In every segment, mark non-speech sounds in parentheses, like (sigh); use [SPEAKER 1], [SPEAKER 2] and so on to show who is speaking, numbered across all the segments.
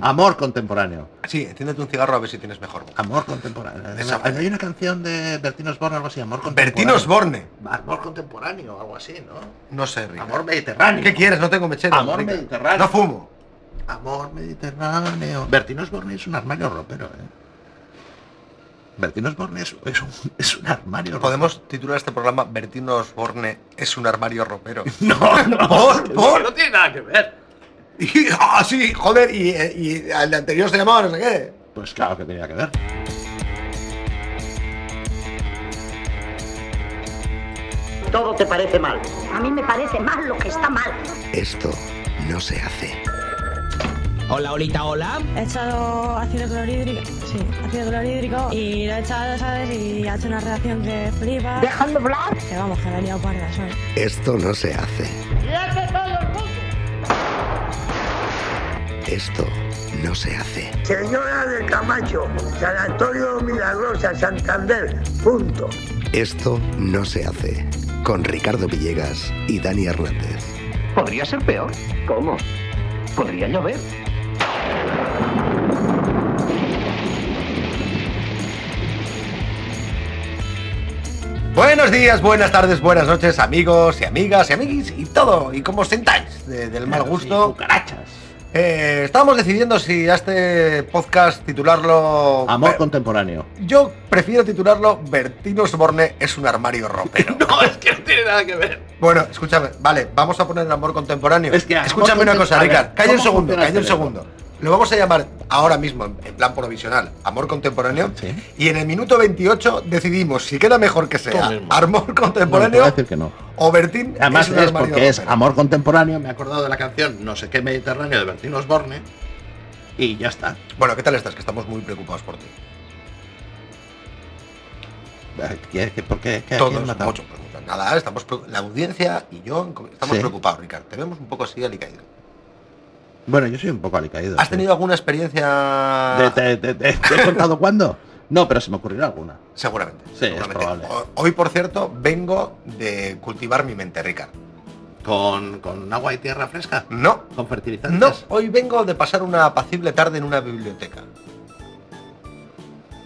[SPEAKER 1] Amor contemporáneo.
[SPEAKER 2] Sí, enciéndete un cigarro a ver si tienes mejor voz.
[SPEAKER 1] Amor contemporáneo. Hay
[SPEAKER 2] Esa
[SPEAKER 1] una- Hay una canción de Bertino Osborne, algo así, amor
[SPEAKER 2] Bertino
[SPEAKER 1] contemporáneo.
[SPEAKER 2] Osborne.
[SPEAKER 1] Amor contemporáneo, algo así, ¿no?
[SPEAKER 2] No sé, Rick.
[SPEAKER 1] Amor mediterráneo.
[SPEAKER 2] ¿Qué quieres? No tengo mechero.
[SPEAKER 1] Amor
[SPEAKER 2] Rick.
[SPEAKER 1] mediterráneo.
[SPEAKER 2] No fumo.
[SPEAKER 1] Amor mediterráneo. Bertino Osborne es un armario ropero, ¿eh? Bertino Osborne es, es un, es un armario ropero.
[SPEAKER 2] Podemos titular este programa Bertino Osborne es un armario ropero.
[SPEAKER 1] (laughs)
[SPEAKER 2] (laughs)
[SPEAKER 1] No, no,
[SPEAKER 2] Por- por-
[SPEAKER 1] no tiene nada que ver.
[SPEAKER 2] Y, ah, sí, joder, y, eh, y al anterior se llamaba no sé qué.
[SPEAKER 1] Pues claro que tenía que ver.
[SPEAKER 3] Todo te parece mal.
[SPEAKER 4] A mí me parece mal lo que está mal.
[SPEAKER 5] Esto no se hace.
[SPEAKER 6] Hola, Olita, hola.
[SPEAKER 7] He echado ácido clorhídrico, sí, ácido clorhídrico y lo he echado, ¿sabes? Y ha hecho una reacción que flipa.
[SPEAKER 4] Dejando hablar.
[SPEAKER 7] Que vamos, que la he liado parda, ¿sabes?
[SPEAKER 5] Esto no se hace. Esto no se hace.
[SPEAKER 8] Señora de Camacho, Sanatorio Milagrosa, Santander, punto.
[SPEAKER 5] Esto no se hace. Con Ricardo Villegas y Dani Hernández.
[SPEAKER 9] Podría ser peor. ¿Cómo? Podría llover.
[SPEAKER 2] Buenos días, buenas tardes, buenas noches, amigos y amigas y amiguis y todo. Y como os sentáis de- del mal
[SPEAKER 1] Sí,
[SPEAKER 2] gusto.
[SPEAKER 1] cucarachas.
[SPEAKER 2] Eh, estábamos decidiendo si a este podcast titularlo...
[SPEAKER 1] Amor
[SPEAKER 2] Be-
[SPEAKER 1] contemporáneo.
[SPEAKER 2] Yo prefiero titularlo Bertino Osborne es un armario ropero.
[SPEAKER 1] (laughs) No, es que no tiene nada que ver.
[SPEAKER 2] Bueno, escúchame, vale, vamos a poner el amor contemporáneo.
[SPEAKER 1] Es que amor
[SPEAKER 2] escúchame una
[SPEAKER 1] contem-
[SPEAKER 2] cosa,
[SPEAKER 1] a ver,
[SPEAKER 2] Ricard, calla un
[SPEAKER 1] ¿cómo
[SPEAKER 2] segundo,
[SPEAKER 1] funciona
[SPEAKER 2] calla un
[SPEAKER 1] este
[SPEAKER 2] segundo. Lo vamos a llamar ahora mismo, en en plan provisional, amor contemporáneo.
[SPEAKER 1] Sí.
[SPEAKER 2] Y en el minuto 28 decidimos si queda mejor que sea
[SPEAKER 1] Tú mismo.
[SPEAKER 2] amor
[SPEAKER 1] Bueno, te voy
[SPEAKER 2] contemporáneo
[SPEAKER 1] a decir que no.
[SPEAKER 2] o Bertín.
[SPEAKER 1] Además
[SPEAKER 2] un
[SPEAKER 1] es,
[SPEAKER 2] armario
[SPEAKER 1] porque es
[SPEAKER 2] ropero.
[SPEAKER 1] amor contemporáneo, me he acordado de la canción No sé qué Mediterráneo de Bertino Osborne y ya está.
[SPEAKER 2] Bueno, ¿qué tal estás? Que estamos muy preocupados por ti.
[SPEAKER 1] ¿Qué- qué- ¿Por qué? ¿Qué- a
[SPEAKER 2] Todos,
[SPEAKER 1] quién matan?
[SPEAKER 2] mucho, pues, nada, estamos preocup- la audiencia y yo en co- estamos
[SPEAKER 1] Sí.
[SPEAKER 2] preocupados, Ricard. Te vemos un poco así alicaído.
[SPEAKER 1] Bueno, yo soy un poco alicaído.
[SPEAKER 2] ¿Has
[SPEAKER 1] sí.
[SPEAKER 2] tenido alguna experiencia?
[SPEAKER 1] ¿Te, te- te- te- te he contado cuándo? No, pero se me ocurrirá alguna.
[SPEAKER 2] Seguramente.
[SPEAKER 1] es
[SPEAKER 2] seguramente.
[SPEAKER 1] probable.
[SPEAKER 2] O- Hoy, por cierto, vengo de cultivar mi mente, Ricard.
[SPEAKER 1] ¿Con, con agua y tierra fresca?
[SPEAKER 2] No,
[SPEAKER 1] ¿Con fertilizantes?
[SPEAKER 2] no, hoy vengo de pasar una apacible tarde en una biblioteca.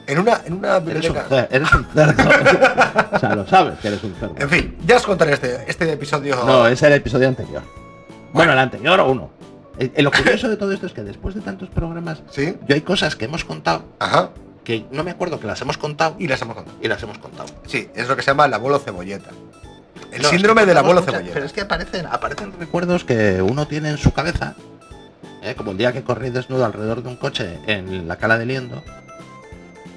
[SPEAKER 2] En una, en una
[SPEAKER 1] Eres un,
[SPEAKER 2] biblioteca.
[SPEAKER 1] cer- eres un cerdo. (laughs) o sea, lo sabes que eres un cerdo.
[SPEAKER 2] En fin, ya os contaré este, este episodio.
[SPEAKER 1] No, eh. es el episodio anterior. Bueno, el anterior o uno. Eh, eh, Lo curioso de todo esto es que después de tantos programas,
[SPEAKER 2] ¿Sí?
[SPEAKER 1] yo hay cosas que hemos contado
[SPEAKER 2] Ajá.
[SPEAKER 1] que no me acuerdo que las hemos contado
[SPEAKER 2] Y las hemos contado.
[SPEAKER 1] y las hemos contado.
[SPEAKER 2] Sí, es lo que se llama el abuelo cebolleta. El
[SPEAKER 1] No,
[SPEAKER 2] síndrome
[SPEAKER 1] es que
[SPEAKER 2] del abuelo
[SPEAKER 1] muchas-
[SPEAKER 2] cebolleta.
[SPEAKER 1] Pero es que aparecen, aparecen recuerdos que uno tiene en su cabeza, ¿eh? como el día que corrí desnudo alrededor de un coche en la cala de Liendo.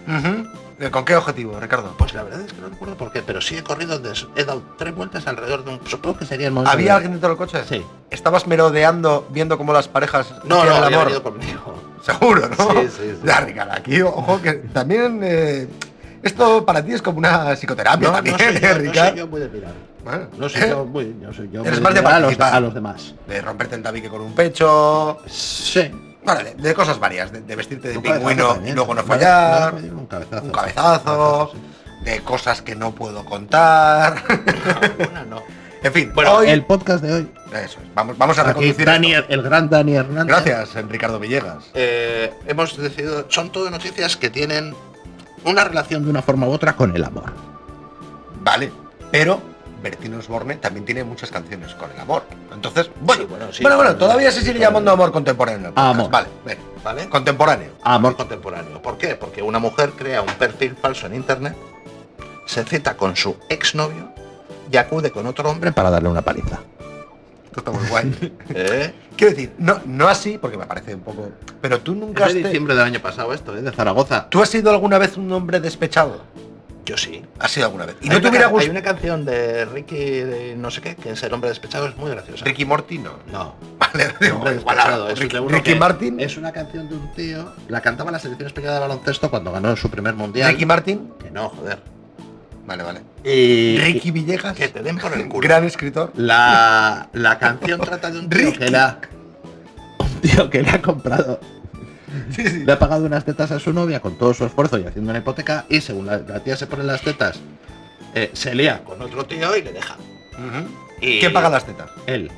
[SPEAKER 2] Ujú. Eh, ¿Con qué objetivo, Ricardo?
[SPEAKER 1] Pues la verdad es que no recuerdo por qué, pero sí he corrido, des- he dado tres vueltas alrededor de un... Supongo que sería el momento...
[SPEAKER 2] ¿Había
[SPEAKER 1] de-
[SPEAKER 2] alguien dentro del coche?
[SPEAKER 1] Sí.
[SPEAKER 2] ¿Estabas merodeando, viendo cómo las parejas
[SPEAKER 1] No, no,
[SPEAKER 2] hacían el
[SPEAKER 1] había
[SPEAKER 2] amor?
[SPEAKER 1] venido
[SPEAKER 2] (laughs)
[SPEAKER 1] conmigo.
[SPEAKER 2] Seguro, ¿no?
[SPEAKER 1] Sí, sí, sí.
[SPEAKER 2] Ya, Ricardo, aquí, ojo, que también eh, esto para ti es como una psicoterapia
[SPEAKER 1] No,
[SPEAKER 2] también,
[SPEAKER 1] no soy
[SPEAKER 2] ¿eh,
[SPEAKER 1] yo, no
[SPEAKER 2] Ricardo?
[SPEAKER 1] soy yo muy de mirar.
[SPEAKER 2] Bueno,
[SPEAKER 1] No soy yo muy... No soy yo
[SPEAKER 2] Eres
[SPEAKER 1] muy
[SPEAKER 2] más de
[SPEAKER 1] mirar a los,
[SPEAKER 2] participar.
[SPEAKER 1] a los demás.
[SPEAKER 2] De romperte el tabique con un pecho,
[SPEAKER 1] Sí.
[SPEAKER 2] bueno, de, de cosas varias, de, de vestirte de
[SPEAKER 1] Un cabezazo
[SPEAKER 2] Eh, pingüino y
[SPEAKER 1] también.
[SPEAKER 2] luego no
[SPEAKER 1] Me ha- me ha
[SPEAKER 2] follar,
[SPEAKER 1] pedido Un cabezazo.
[SPEAKER 2] un cabezazo, de cosas que no puedo contar, (laughs)
[SPEAKER 1] sí. Una no.
[SPEAKER 2] en fin,
[SPEAKER 1] Bueno,
[SPEAKER 2] hoy...
[SPEAKER 1] el podcast de hoy.
[SPEAKER 2] Eso es, vamos, vamos a
[SPEAKER 1] Aquí
[SPEAKER 2] reconducir
[SPEAKER 1] Dani-
[SPEAKER 2] esto.
[SPEAKER 1] el gran Dani Hernández.
[SPEAKER 2] Gracias, en Ricardo Villegas.
[SPEAKER 1] Eh, hemos decidido, son todo noticias que tienen una relación de una forma u otra con el amor.
[SPEAKER 2] Vale, pero Bertino Osborne también tiene muchas canciones con el amor. Entonces, bueno,
[SPEAKER 1] bueno,
[SPEAKER 2] bueno,
[SPEAKER 1] sí,
[SPEAKER 2] bueno,
[SPEAKER 1] con el-
[SPEAKER 2] todavía se sigue
[SPEAKER 1] con el- Ah,
[SPEAKER 2] llamando amor contemporáneo.
[SPEAKER 1] Amor.
[SPEAKER 2] Vale, venga,
[SPEAKER 1] ¿Vale? Ah.
[SPEAKER 2] contemporáneo.
[SPEAKER 1] Amor contemporáneo. ¿Por qué? Porque una mujer crea un perfil falso en internet, se cita con su exnovio y acude con otro hombre para darle una (laughs) paliza.
[SPEAKER 2] Esto está muy
[SPEAKER 1] (laughs)
[SPEAKER 2] guay.
[SPEAKER 1] ¿Eh?
[SPEAKER 2] Quiero decir, no, no así, porque me parece un poco. Pero tú nunca has.
[SPEAKER 1] Es de
[SPEAKER 2] te-
[SPEAKER 1] diciembre del año pasado esto, ¿eh? De Zaragoza.
[SPEAKER 2] ¿Tú has sido alguna vez un hombre despechado?
[SPEAKER 1] Yo sí.
[SPEAKER 2] Has sido alguna vez. Y
[SPEAKER 1] Hay
[SPEAKER 2] no te
[SPEAKER 1] una
[SPEAKER 2] hubiera
[SPEAKER 1] can- Hay
[SPEAKER 2] gustado.
[SPEAKER 1] una canción de Ricky, de no sé qué, que es el hombre despechado, es muy graciosa.
[SPEAKER 2] Ricky Mortino.
[SPEAKER 1] No.
[SPEAKER 2] (laughs) Vale, digo,
[SPEAKER 1] Hombre,
[SPEAKER 2] igual
[SPEAKER 1] despechado,
[SPEAKER 2] ahora,
[SPEAKER 1] es
[SPEAKER 2] Ricky,
[SPEAKER 1] de uno
[SPEAKER 2] Ricky
[SPEAKER 1] que-
[SPEAKER 2] Martin.
[SPEAKER 1] Es una canción de un tío. La cantaba la selección española de baloncesto cuando ganó su primer mundial.
[SPEAKER 2] Ricky Martin.
[SPEAKER 1] que no, joder.
[SPEAKER 2] Vale, vale.
[SPEAKER 1] Y
[SPEAKER 2] Ricky Villegas.
[SPEAKER 1] que te den por el culo.
[SPEAKER 2] Gran escritor.
[SPEAKER 1] La, la canción trata de un tío
[SPEAKER 2] Ricky.
[SPEAKER 1] que le ha. Un tío que le ha comprado. (laughs)
[SPEAKER 2] Sí, sí.
[SPEAKER 1] Le ha pagado unas tetas a su novia con todo su esfuerzo y haciendo una hipoteca. Y según la, la tía se pone las tetas, eh, se lía con otro tío y le deja.
[SPEAKER 2] Ujú.
[SPEAKER 1] Y
[SPEAKER 2] ¿Quién paga las tetas?
[SPEAKER 1] Él.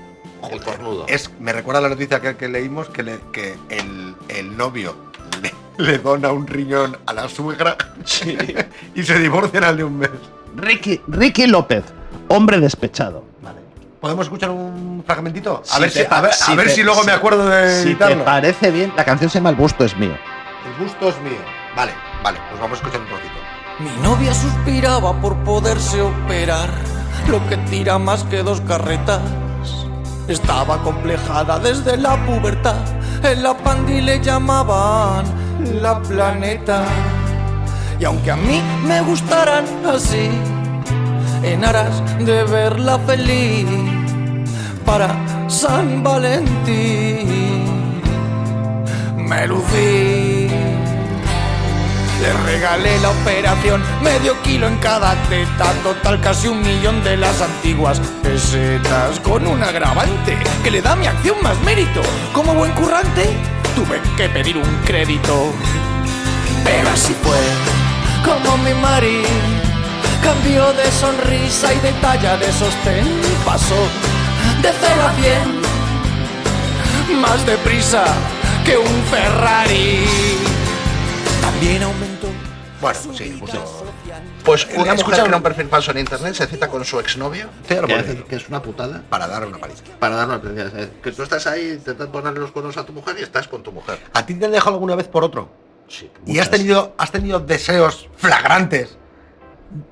[SPEAKER 10] El cornudo.
[SPEAKER 2] Es, me recuerda la noticia que, que leímos que, le- que el, el novio le, le dona un riñón a la suegra (laughs) y se divorcian al de un mes.
[SPEAKER 1] Ricky, Ricky López, hombre despechado.
[SPEAKER 2] ¿Podemos escuchar un fragmentito? A
[SPEAKER 1] Si
[SPEAKER 2] ver,
[SPEAKER 1] te
[SPEAKER 2] si, a
[SPEAKER 1] pa-
[SPEAKER 2] ver,
[SPEAKER 1] si
[SPEAKER 2] a ver
[SPEAKER 1] te-
[SPEAKER 2] si luego
[SPEAKER 1] si-
[SPEAKER 2] me acuerdo de
[SPEAKER 1] Si te
[SPEAKER 2] editarlo.
[SPEAKER 1] parece bien, la canción se llama El busto es mío.
[SPEAKER 2] El gusto es mío. Vale, vale, pues vamos a escuchar un poquito.
[SPEAKER 11] Mi novia suspiraba por poderse operar, lo que tira más que dos carretas. Estaba complejada desde la pubertad, en la pandi le llamaban la planeta. Y aunque a mí me gustaran así, en aras de verla feliz, para San Valentín me lucí. Le regalé la operación, medio kilo en cada teta, total casi un millón de las antiguas pesetas, con un agravante que le da a mi acción más mérito. Como buen currante, tuve que pedir un crédito. Pero así fue, como mi Mari cambió de sonrisa y de talla de sostén, pasó de cero a cien, más deprisa que un Ferrari. También aumentó.
[SPEAKER 2] Bueno,
[SPEAKER 11] su
[SPEAKER 2] sí,
[SPEAKER 11] vida
[SPEAKER 2] justo.
[SPEAKER 11] social.
[SPEAKER 10] Pues una mujer
[SPEAKER 2] Escucha-
[SPEAKER 10] que era un perfil falso en internet se cita con su exnovio. que
[SPEAKER 2] Estoy arbolado.
[SPEAKER 10] hace- Que es una putada.
[SPEAKER 2] Para dar una paliza.
[SPEAKER 10] Para dar una paliza, ¿sabes? Que tú estás ahí, intentas poner los cuernos a tu mujer y estás con tu mujer.
[SPEAKER 2] ¿A ti te han dejado alguna vez por otro?
[SPEAKER 10] Sí,
[SPEAKER 2] ¿Y has
[SPEAKER 10] muchas.
[SPEAKER 2] tenido, has tenido deseos flagrantes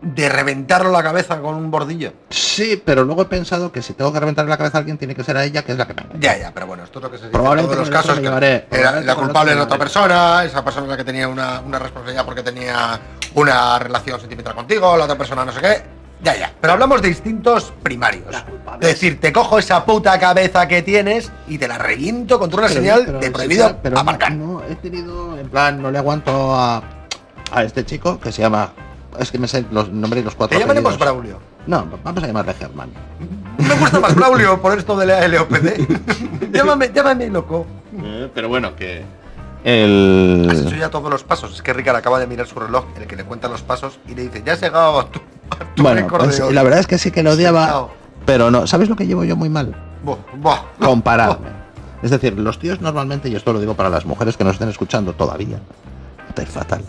[SPEAKER 2] de reventarlo la cabeza con un bordillo?
[SPEAKER 10] Sí, pero luego he pensado que si tengo que reventar la cabeza a alguien, tiene que ser a ella, que es la que me engaña.
[SPEAKER 2] Ya, ya, pero bueno, esto es lo que se dice en
[SPEAKER 1] Probablemente
[SPEAKER 2] todos los
[SPEAKER 1] con el otro
[SPEAKER 2] casos.
[SPEAKER 1] me
[SPEAKER 2] que
[SPEAKER 1] llevaré.
[SPEAKER 2] Era
[SPEAKER 1] Probablemente
[SPEAKER 2] la
[SPEAKER 1] con el otro
[SPEAKER 2] culpable era
[SPEAKER 1] me
[SPEAKER 2] otra
[SPEAKER 1] llevaré.
[SPEAKER 2] persona, esa persona la que tenía una, una responsabilidad porque tenía una relación sentimental contigo, la otra persona no sé qué. Ya, ya. Pero hablamos de instintos primarios. Es decir, te cojo esa puta cabeza que tienes y te la reviento contra una
[SPEAKER 1] Pero-
[SPEAKER 2] señal
[SPEAKER 1] pero
[SPEAKER 2] de
[SPEAKER 1] sí,
[SPEAKER 2] prohibido
[SPEAKER 1] tal, pero no,
[SPEAKER 2] aparcar.
[SPEAKER 1] No, he tenido, en plan, no le aguanto a, a este chico que se llama. Es que me sé los nombres y los cuatro.
[SPEAKER 2] Te llamaremos
[SPEAKER 1] apellidos.
[SPEAKER 2] Braulio.
[SPEAKER 1] No, vamos a llamarle Germán.
[SPEAKER 2] Me gusta más
[SPEAKER 1] (laughs)
[SPEAKER 2] Braulio por esto de la LOPD. llámame, llámame loco. Eh,
[SPEAKER 1] pero bueno, que.
[SPEAKER 2] Has hecho
[SPEAKER 1] El.
[SPEAKER 2] ya todos los pasos. Es que Ricard acaba de mirar su reloj, el que le cuenta los pasos, y le dice, ya has llegado a tu, a tu
[SPEAKER 1] Bueno,
[SPEAKER 2] récord
[SPEAKER 1] pues,
[SPEAKER 2] de hoy".
[SPEAKER 1] la verdad es que sí que lo odiaba,
[SPEAKER 2] Chao.
[SPEAKER 1] pero no. ¿Sabes lo que llevo yo muy mal?
[SPEAKER 2] (laughs) Buah, buah.
[SPEAKER 1] compararme. Es decir, los tíos normalmente, y esto lo digo para las mujeres que nos estén escuchando todavía, estáis fatal.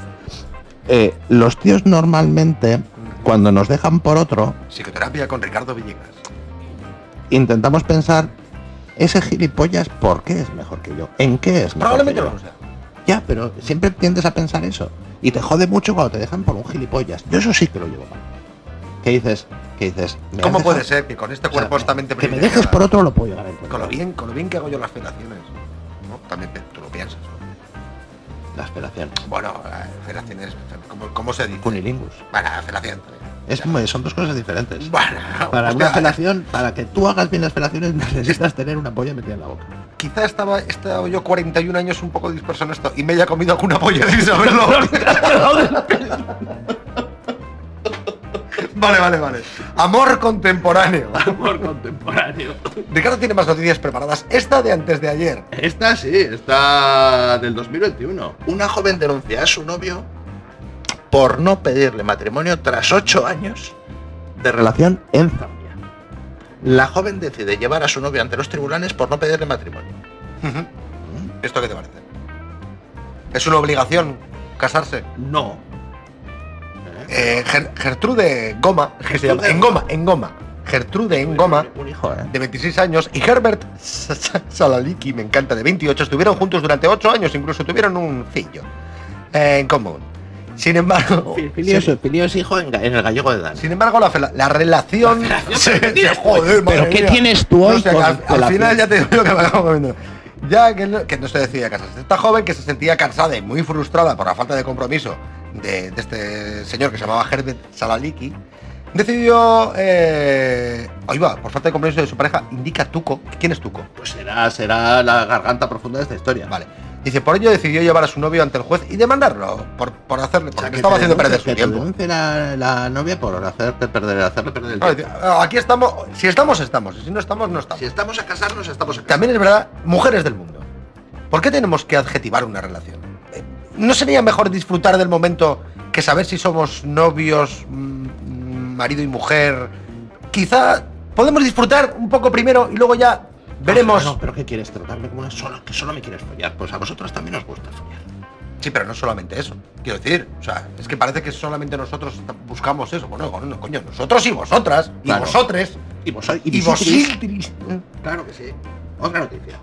[SPEAKER 1] Eh, los tíos normalmente, cuando nos dejan por otro,
[SPEAKER 2] Psicoterapia con Ricardo Villegas.
[SPEAKER 1] intentamos pensar, ese gilipollas, ¿por qué es mejor que yo? ¿En qué es mejor?
[SPEAKER 2] Probablemente
[SPEAKER 1] que
[SPEAKER 2] no
[SPEAKER 1] yo?
[SPEAKER 2] lo sea.
[SPEAKER 1] Ya, pero siempre tiendes a pensar eso. Y te jode mucho cuando te dejan por un gilipollas. Yo eso sí que lo llevo mal. ¿Qué dices? ¿Qué dices? ¿Me
[SPEAKER 2] ¿Cómo
[SPEAKER 1] has
[SPEAKER 2] puede
[SPEAKER 1] dejado?
[SPEAKER 2] ser que con este
[SPEAKER 1] O sea,
[SPEAKER 2] cuerpo esta mente
[SPEAKER 1] que me dejes por otro lo puedo llegar a
[SPEAKER 2] Con
[SPEAKER 1] entender.
[SPEAKER 2] lo bien, con lo bien que hago yo las felaciones. ¿no? También te- tú lo piensas.
[SPEAKER 1] La aspiración.
[SPEAKER 2] Bueno, eh, felaciones, ¿cómo, cómo se dice?
[SPEAKER 1] Cunilingus.
[SPEAKER 2] Bueno, felación.
[SPEAKER 1] Es, muy- son dos cosas diferentes.
[SPEAKER 2] Bueno,
[SPEAKER 1] Para
[SPEAKER 2] o
[SPEAKER 1] una
[SPEAKER 2] sea,
[SPEAKER 1] felación, para que tú hagas bien las
[SPEAKER 10] (laughs)
[SPEAKER 1] felaciones necesitas tener una polla metida en la boca.
[SPEAKER 2] Quizá estaba, he estado yo 41 años un poco disperso en esto y me haya comido alguna polla sin saberlo. vale, vale, vale. Amor contemporáneo.
[SPEAKER 1] Por contemporáneo.
[SPEAKER 2] Ricardo tiene más noticias preparadas. Esta de antes de ayer.
[SPEAKER 10] Esta sí, esta del 2021. Una joven denuncia a su novio por no pedirle matrimonio tras ocho años de relación en Zambia. La joven decide llevar a su novio ante los tribunales por no pedirle matrimonio.
[SPEAKER 2] ¿Esto qué te parece? Es una obligación casarse.
[SPEAKER 10] No.
[SPEAKER 2] Eh, Ger- Gertrude Goma, que se llama.
[SPEAKER 10] Gertrude.
[SPEAKER 2] En Goma, en Goma. Gertrude en Goma.
[SPEAKER 10] Un hijo, ¿eh?
[SPEAKER 2] de 26 años, y Herbert Sa- Sa- Salaliki, me encanta, de 28, estuvieron juntos durante 8 años, incluso tuvieron un fillo eh, en común. Sin embargo,
[SPEAKER 1] Filio, es- Filio es hijo en, ga- en el gallego de Dan.
[SPEAKER 2] sin embargo la, fela- la relación... se- se- joder, madre
[SPEAKER 1] ¿Pero qué
[SPEAKER 2] mía.
[SPEAKER 1] tienes tú hoy
[SPEAKER 2] No sé,
[SPEAKER 1] con
[SPEAKER 2] al, al
[SPEAKER 1] felación?
[SPEAKER 2] final ya te digo lo que me acabo comiendo. Ya que no, que no se decía casarse. Esta joven que se sentía cansada y muy frustrada por la falta de compromiso de, de este señor que se llamaba Herbert Salaliki, decidió... Eh, ahí va, por falta de compromiso de su pareja, indica Tuco. ¿Quién es Tuco?
[SPEAKER 1] Pues será, será la garganta profunda de esta historia.
[SPEAKER 2] Vale. Dice, por ello decidió llevar a su novio ante el juez y demandarlo por, por hacerle, porque
[SPEAKER 1] O sea,
[SPEAKER 2] le
[SPEAKER 1] que
[SPEAKER 2] estaba
[SPEAKER 1] te
[SPEAKER 2] haciendo perder
[SPEAKER 1] denuncie-
[SPEAKER 2] su
[SPEAKER 1] que te
[SPEAKER 2] tiempo.
[SPEAKER 1] denuncie la, la novia por hacerte perder, hacerle perder el
[SPEAKER 2] Claro,
[SPEAKER 1] tiempo.
[SPEAKER 2] dice, "Ah, Aquí estamos, si estamos, estamos, y si no estamos, no estamos.
[SPEAKER 10] Si estamos a casarnos, estamos a casarnos.
[SPEAKER 2] También es verdad, mujeres del mundo. ¿Por qué tenemos que adjetivar una relación? Eh, ¿No sería mejor disfrutar del momento que saber si somos novios, mm, marido y mujer? Quizá podemos disfrutar un poco primero y luego ya Veremos.
[SPEAKER 1] Ah, no, pero ¿qué quieres? ¿Tratarme como una sola? Que solo me quieres follar. Pues a vosotras también os gusta follar.
[SPEAKER 2] Sí, pero no solamente eso. Quiero decir, o sea, es que parece que solamente nosotros ta- buscamos eso. Bueno, no, no, coño, nosotros y vosotras, y
[SPEAKER 1] Claro.
[SPEAKER 2] vosotres,
[SPEAKER 1] Y vos y,
[SPEAKER 2] y
[SPEAKER 1] vosotris.
[SPEAKER 2] vosotris.
[SPEAKER 10] Claro que sí. Otra noticia.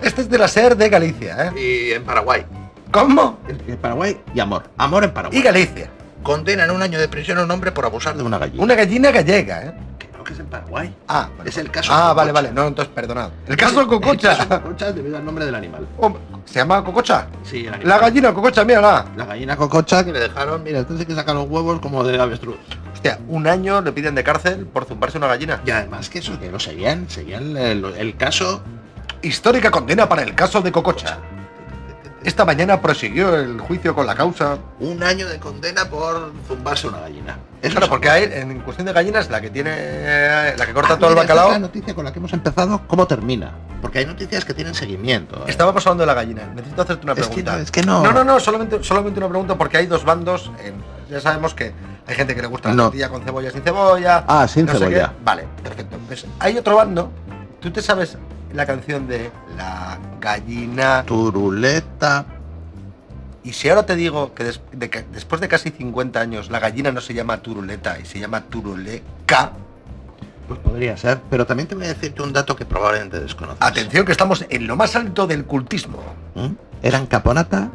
[SPEAKER 2] Este es de la SER de Galicia, ¿eh?
[SPEAKER 10] Y en Paraguay.
[SPEAKER 2] ¿Cómo?
[SPEAKER 1] En en Paraguay y amor. Amor en Paraguay.
[SPEAKER 2] Y Galicia.
[SPEAKER 10] Condenan a un año de prisión a un hombre por abusar de una gallina.
[SPEAKER 2] Una gallina gallega, ¿eh?
[SPEAKER 10] Creo que es en Paraguay.
[SPEAKER 2] Ah, vale.
[SPEAKER 10] Es el caso
[SPEAKER 2] Ah,
[SPEAKER 10] Cococha.
[SPEAKER 2] vale, vale. No, entonces perdonad. El (laughs) caso
[SPEAKER 10] El caso
[SPEAKER 2] Cococha.
[SPEAKER 10] Cococha debido al nombre del animal.
[SPEAKER 2] Hombre, ¿Se llama Cococha?
[SPEAKER 10] Sí, el animal.
[SPEAKER 2] La gallina Cococha, mírala.
[SPEAKER 10] La gallina cococha que le dejaron, mira, entonces que saca los huevos como de avestruz.
[SPEAKER 2] Hostia, un año le piden de cárcel por zumbarse una gallina.
[SPEAKER 10] Y además que eso, que no seguían, seguían el, el caso.
[SPEAKER 2] Histórica condena para el caso de Cococha. Esta mañana prosiguió el juicio con la causa.
[SPEAKER 10] Un año de condena por zumbarse una gallina. Eso
[SPEAKER 2] Claro,
[SPEAKER 10] es
[SPEAKER 2] porque
[SPEAKER 10] amor.
[SPEAKER 2] hay, en cuestión de gallinas, la que tiene, eh, la que corta
[SPEAKER 1] Ah,
[SPEAKER 2] todo el
[SPEAKER 1] mira, esta es
[SPEAKER 2] bacalao.
[SPEAKER 1] la noticia con la que hemos empezado, ¿cómo termina?
[SPEAKER 10] Porque hay noticias que tienen seguimiento. ¿eh?
[SPEAKER 2] Estábamos hablando de la gallina. Necesito hacerte una
[SPEAKER 1] Es que
[SPEAKER 2] pregunta.
[SPEAKER 1] no, es que no.
[SPEAKER 2] No, no, no, solamente, solamente una pregunta porque hay dos bandos. en- ya sabemos que hay gente que le gusta
[SPEAKER 1] No.
[SPEAKER 2] la tortilla con cebolla, sin cebolla.
[SPEAKER 1] Ah, sin
[SPEAKER 2] no sé
[SPEAKER 1] cebolla.
[SPEAKER 2] qué. Vale, perfecto. Pues hay otro bando. ¿Tú te sabes la canción de La gallina?
[SPEAKER 1] Turuleta.
[SPEAKER 2] Y si ahora te digo que des- de ca- después de casi 50 años la gallina no se llama turuleta y se llama turuleca,
[SPEAKER 1] Pues podría ser,
[SPEAKER 10] Pero también te voy a decirte un dato que probablemente desconoces.
[SPEAKER 2] atención que estamos en lo más alto del cultismo.
[SPEAKER 10] ¿eh?
[SPEAKER 1] ¿Mm? Eran caponata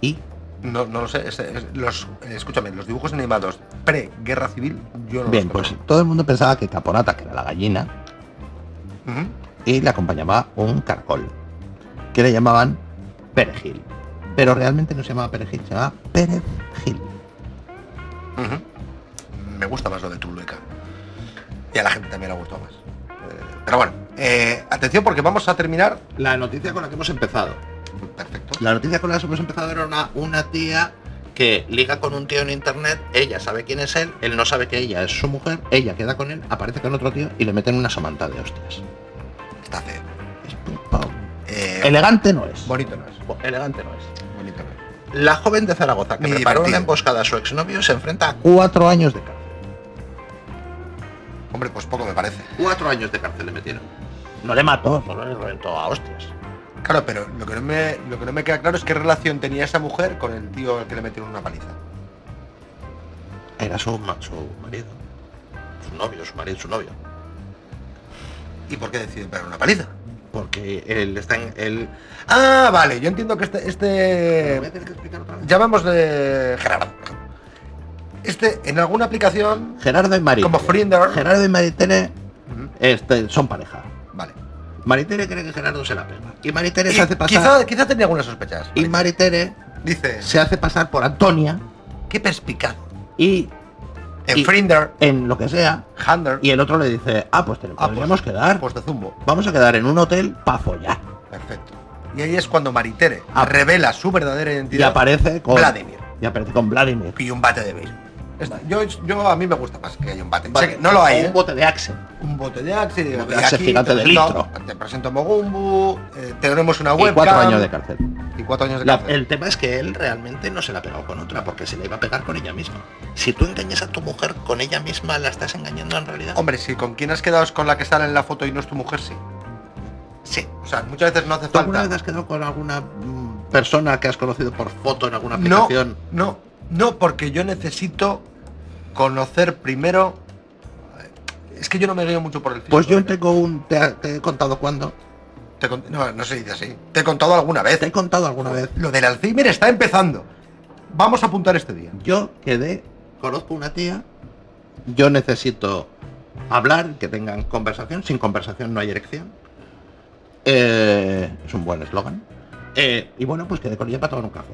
[SPEAKER 1] y
[SPEAKER 2] No, no lo sé, es- es- los, escúchame, los dibujos animados pre-guerra civil, yo no
[SPEAKER 1] bien,
[SPEAKER 2] los conozco.
[SPEAKER 1] pues todo el mundo pensaba que caponata, que era la gallina, pues
[SPEAKER 2] Ujú.
[SPEAKER 1] y le acompañaba un caracol, que le llamaban perejil. Pero realmente no se llamaba perejil, se llamaba perejil.
[SPEAKER 2] Ujú. Me gusta más lo de Tulueca. Y a la gente también le ha gustado más. Eh, pero bueno, eh, atención porque vamos a terminar.
[SPEAKER 10] La noticia con la que hemos empezado.
[SPEAKER 2] Perfecto.
[SPEAKER 10] La noticia con la que hemos empezado era una, una tía que liga con un tío en internet, ella sabe quién es él, él no sabe que ella es su mujer, ella queda con él, aparece con otro tío y le meten una somanta de hostias.
[SPEAKER 2] Está feo.
[SPEAKER 10] Es pum,
[SPEAKER 2] Eh,
[SPEAKER 1] Elegante no es.
[SPEAKER 2] bonito no es.
[SPEAKER 10] pum. Elegante no es.
[SPEAKER 2] Bonito no es.
[SPEAKER 10] La joven de Zaragoza que
[SPEAKER 2] Ni
[SPEAKER 10] preparó
[SPEAKER 2] divertido.
[SPEAKER 10] una emboscada a su exnovio se enfrenta a
[SPEAKER 1] Cuatro años de cárcel.
[SPEAKER 2] Hombre, pues poco me parece.
[SPEAKER 10] cuatro años de cárcel le metieron.
[SPEAKER 1] No le mató.
[SPEAKER 10] Solo le reventó a hostias.
[SPEAKER 2] Claro, pero lo que, no me, lo que no me queda claro es qué relación tenía esa mujer con el tío al que le metieron una paliza.
[SPEAKER 10] Era su, ma- su marido. Su novio, su marido, su novio.
[SPEAKER 2] ¿Y por qué deciden pegar una paliza?
[SPEAKER 10] Porque él está en. Él...
[SPEAKER 2] Ah, vale, yo entiendo que este.
[SPEAKER 10] Lo voy a
[SPEAKER 2] este
[SPEAKER 10] tener que explicar otra vez.
[SPEAKER 2] llamémosle Gerardo. Este, en alguna aplicación.
[SPEAKER 1] Gerardo y Maritere.
[SPEAKER 2] Como ¿eh? Frinder.
[SPEAKER 1] Gerardo y Maritere
[SPEAKER 2] Ujú,
[SPEAKER 1] este, son pareja.
[SPEAKER 2] Vale.
[SPEAKER 10] Maritere cree que Gerardo se la pega. Y Maritere
[SPEAKER 2] Y
[SPEAKER 10] se hace pasar.
[SPEAKER 2] Quizá, quizá tenía algunas sospechas.
[SPEAKER 10] Y Maritere
[SPEAKER 2] Dice,
[SPEAKER 1] Se hace pasar por Antonia
[SPEAKER 2] qué perspicaz.
[SPEAKER 1] y
[SPEAKER 2] En
[SPEAKER 1] Y-
[SPEAKER 2] Frinder,
[SPEAKER 1] en lo que sea.
[SPEAKER 2] Hunter,
[SPEAKER 1] Y el otro le dice, ah, pues tenemos
[SPEAKER 2] Ah, pues.
[SPEAKER 1] podríamos quedar.
[SPEAKER 2] pues de zumbo.
[SPEAKER 1] Vamos a quedar en un hotel para follar.
[SPEAKER 2] Perfecto. Y ahí es cuando Maritere
[SPEAKER 1] Ah.
[SPEAKER 2] revela su verdadera
[SPEAKER 1] Y
[SPEAKER 2] identidad.
[SPEAKER 1] aparece con
[SPEAKER 2] Vladimir.
[SPEAKER 1] Y aparece con Vladimir.
[SPEAKER 2] Y un bate de béisbol. Esta- Yo, yo a mí me gusta más que haya un bate.
[SPEAKER 1] Vale.
[SPEAKER 2] Sé que no lo hay.
[SPEAKER 1] O
[SPEAKER 2] ¿eh?
[SPEAKER 1] Un bote de Axe.
[SPEAKER 2] Un bote de Axe. y
[SPEAKER 1] bote
[SPEAKER 2] y
[SPEAKER 1] de Axe
[SPEAKER 2] aquí
[SPEAKER 1] gigante
[SPEAKER 2] te
[SPEAKER 1] de
[SPEAKER 2] presento-
[SPEAKER 1] litro.
[SPEAKER 2] Te presento Mogumbu. eh, tenemos una
[SPEAKER 1] Y
[SPEAKER 2] webcam.
[SPEAKER 1] cuatro años de cárcel.
[SPEAKER 2] Y cuatro años de
[SPEAKER 10] La-
[SPEAKER 2] cárcel.
[SPEAKER 10] el tema es que él realmente no se la ha pegado con otra, porque se la iba a pegar con ella misma. Si tú engañas a tu mujer con ella misma, la estás engañando en realidad.
[SPEAKER 2] Hombre, si con quién has quedado es con la que sale en la foto y no es tu mujer, sí.
[SPEAKER 10] sí.
[SPEAKER 2] O sea, muchas veces no hace
[SPEAKER 10] ¿Tú alguna
[SPEAKER 2] falta.
[SPEAKER 10] vez has quedado con alguna mm, persona que has conocido por foto en alguna
[SPEAKER 2] No,
[SPEAKER 10] aplicación?
[SPEAKER 2] no, no, porque yo necesito conocer primero. eh, Es que yo no me guío mucho por el físico.
[SPEAKER 1] Pues yo
[SPEAKER 2] ¿eh?
[SPEAKER 1] tengo un. Te, ha- te he contado cuando.
[SPEAKER 2] Te con- no, no se dice así. Te he contado alguna vez. ¿eh?
[SPEAKER 1] Te he contado alguna vez.
[SPEAKER 2] Lo del Alzheimer está empezando. Vamos a apuntar este día.
[SPEAKER 1] Yo quedé, conozco una tía. Yo necesito hablar, que tengan conversación. Sin conversación no hay erección. Eh, es un buen eslogan. Eh, y bueno, pues quedé con ella para tomar un café.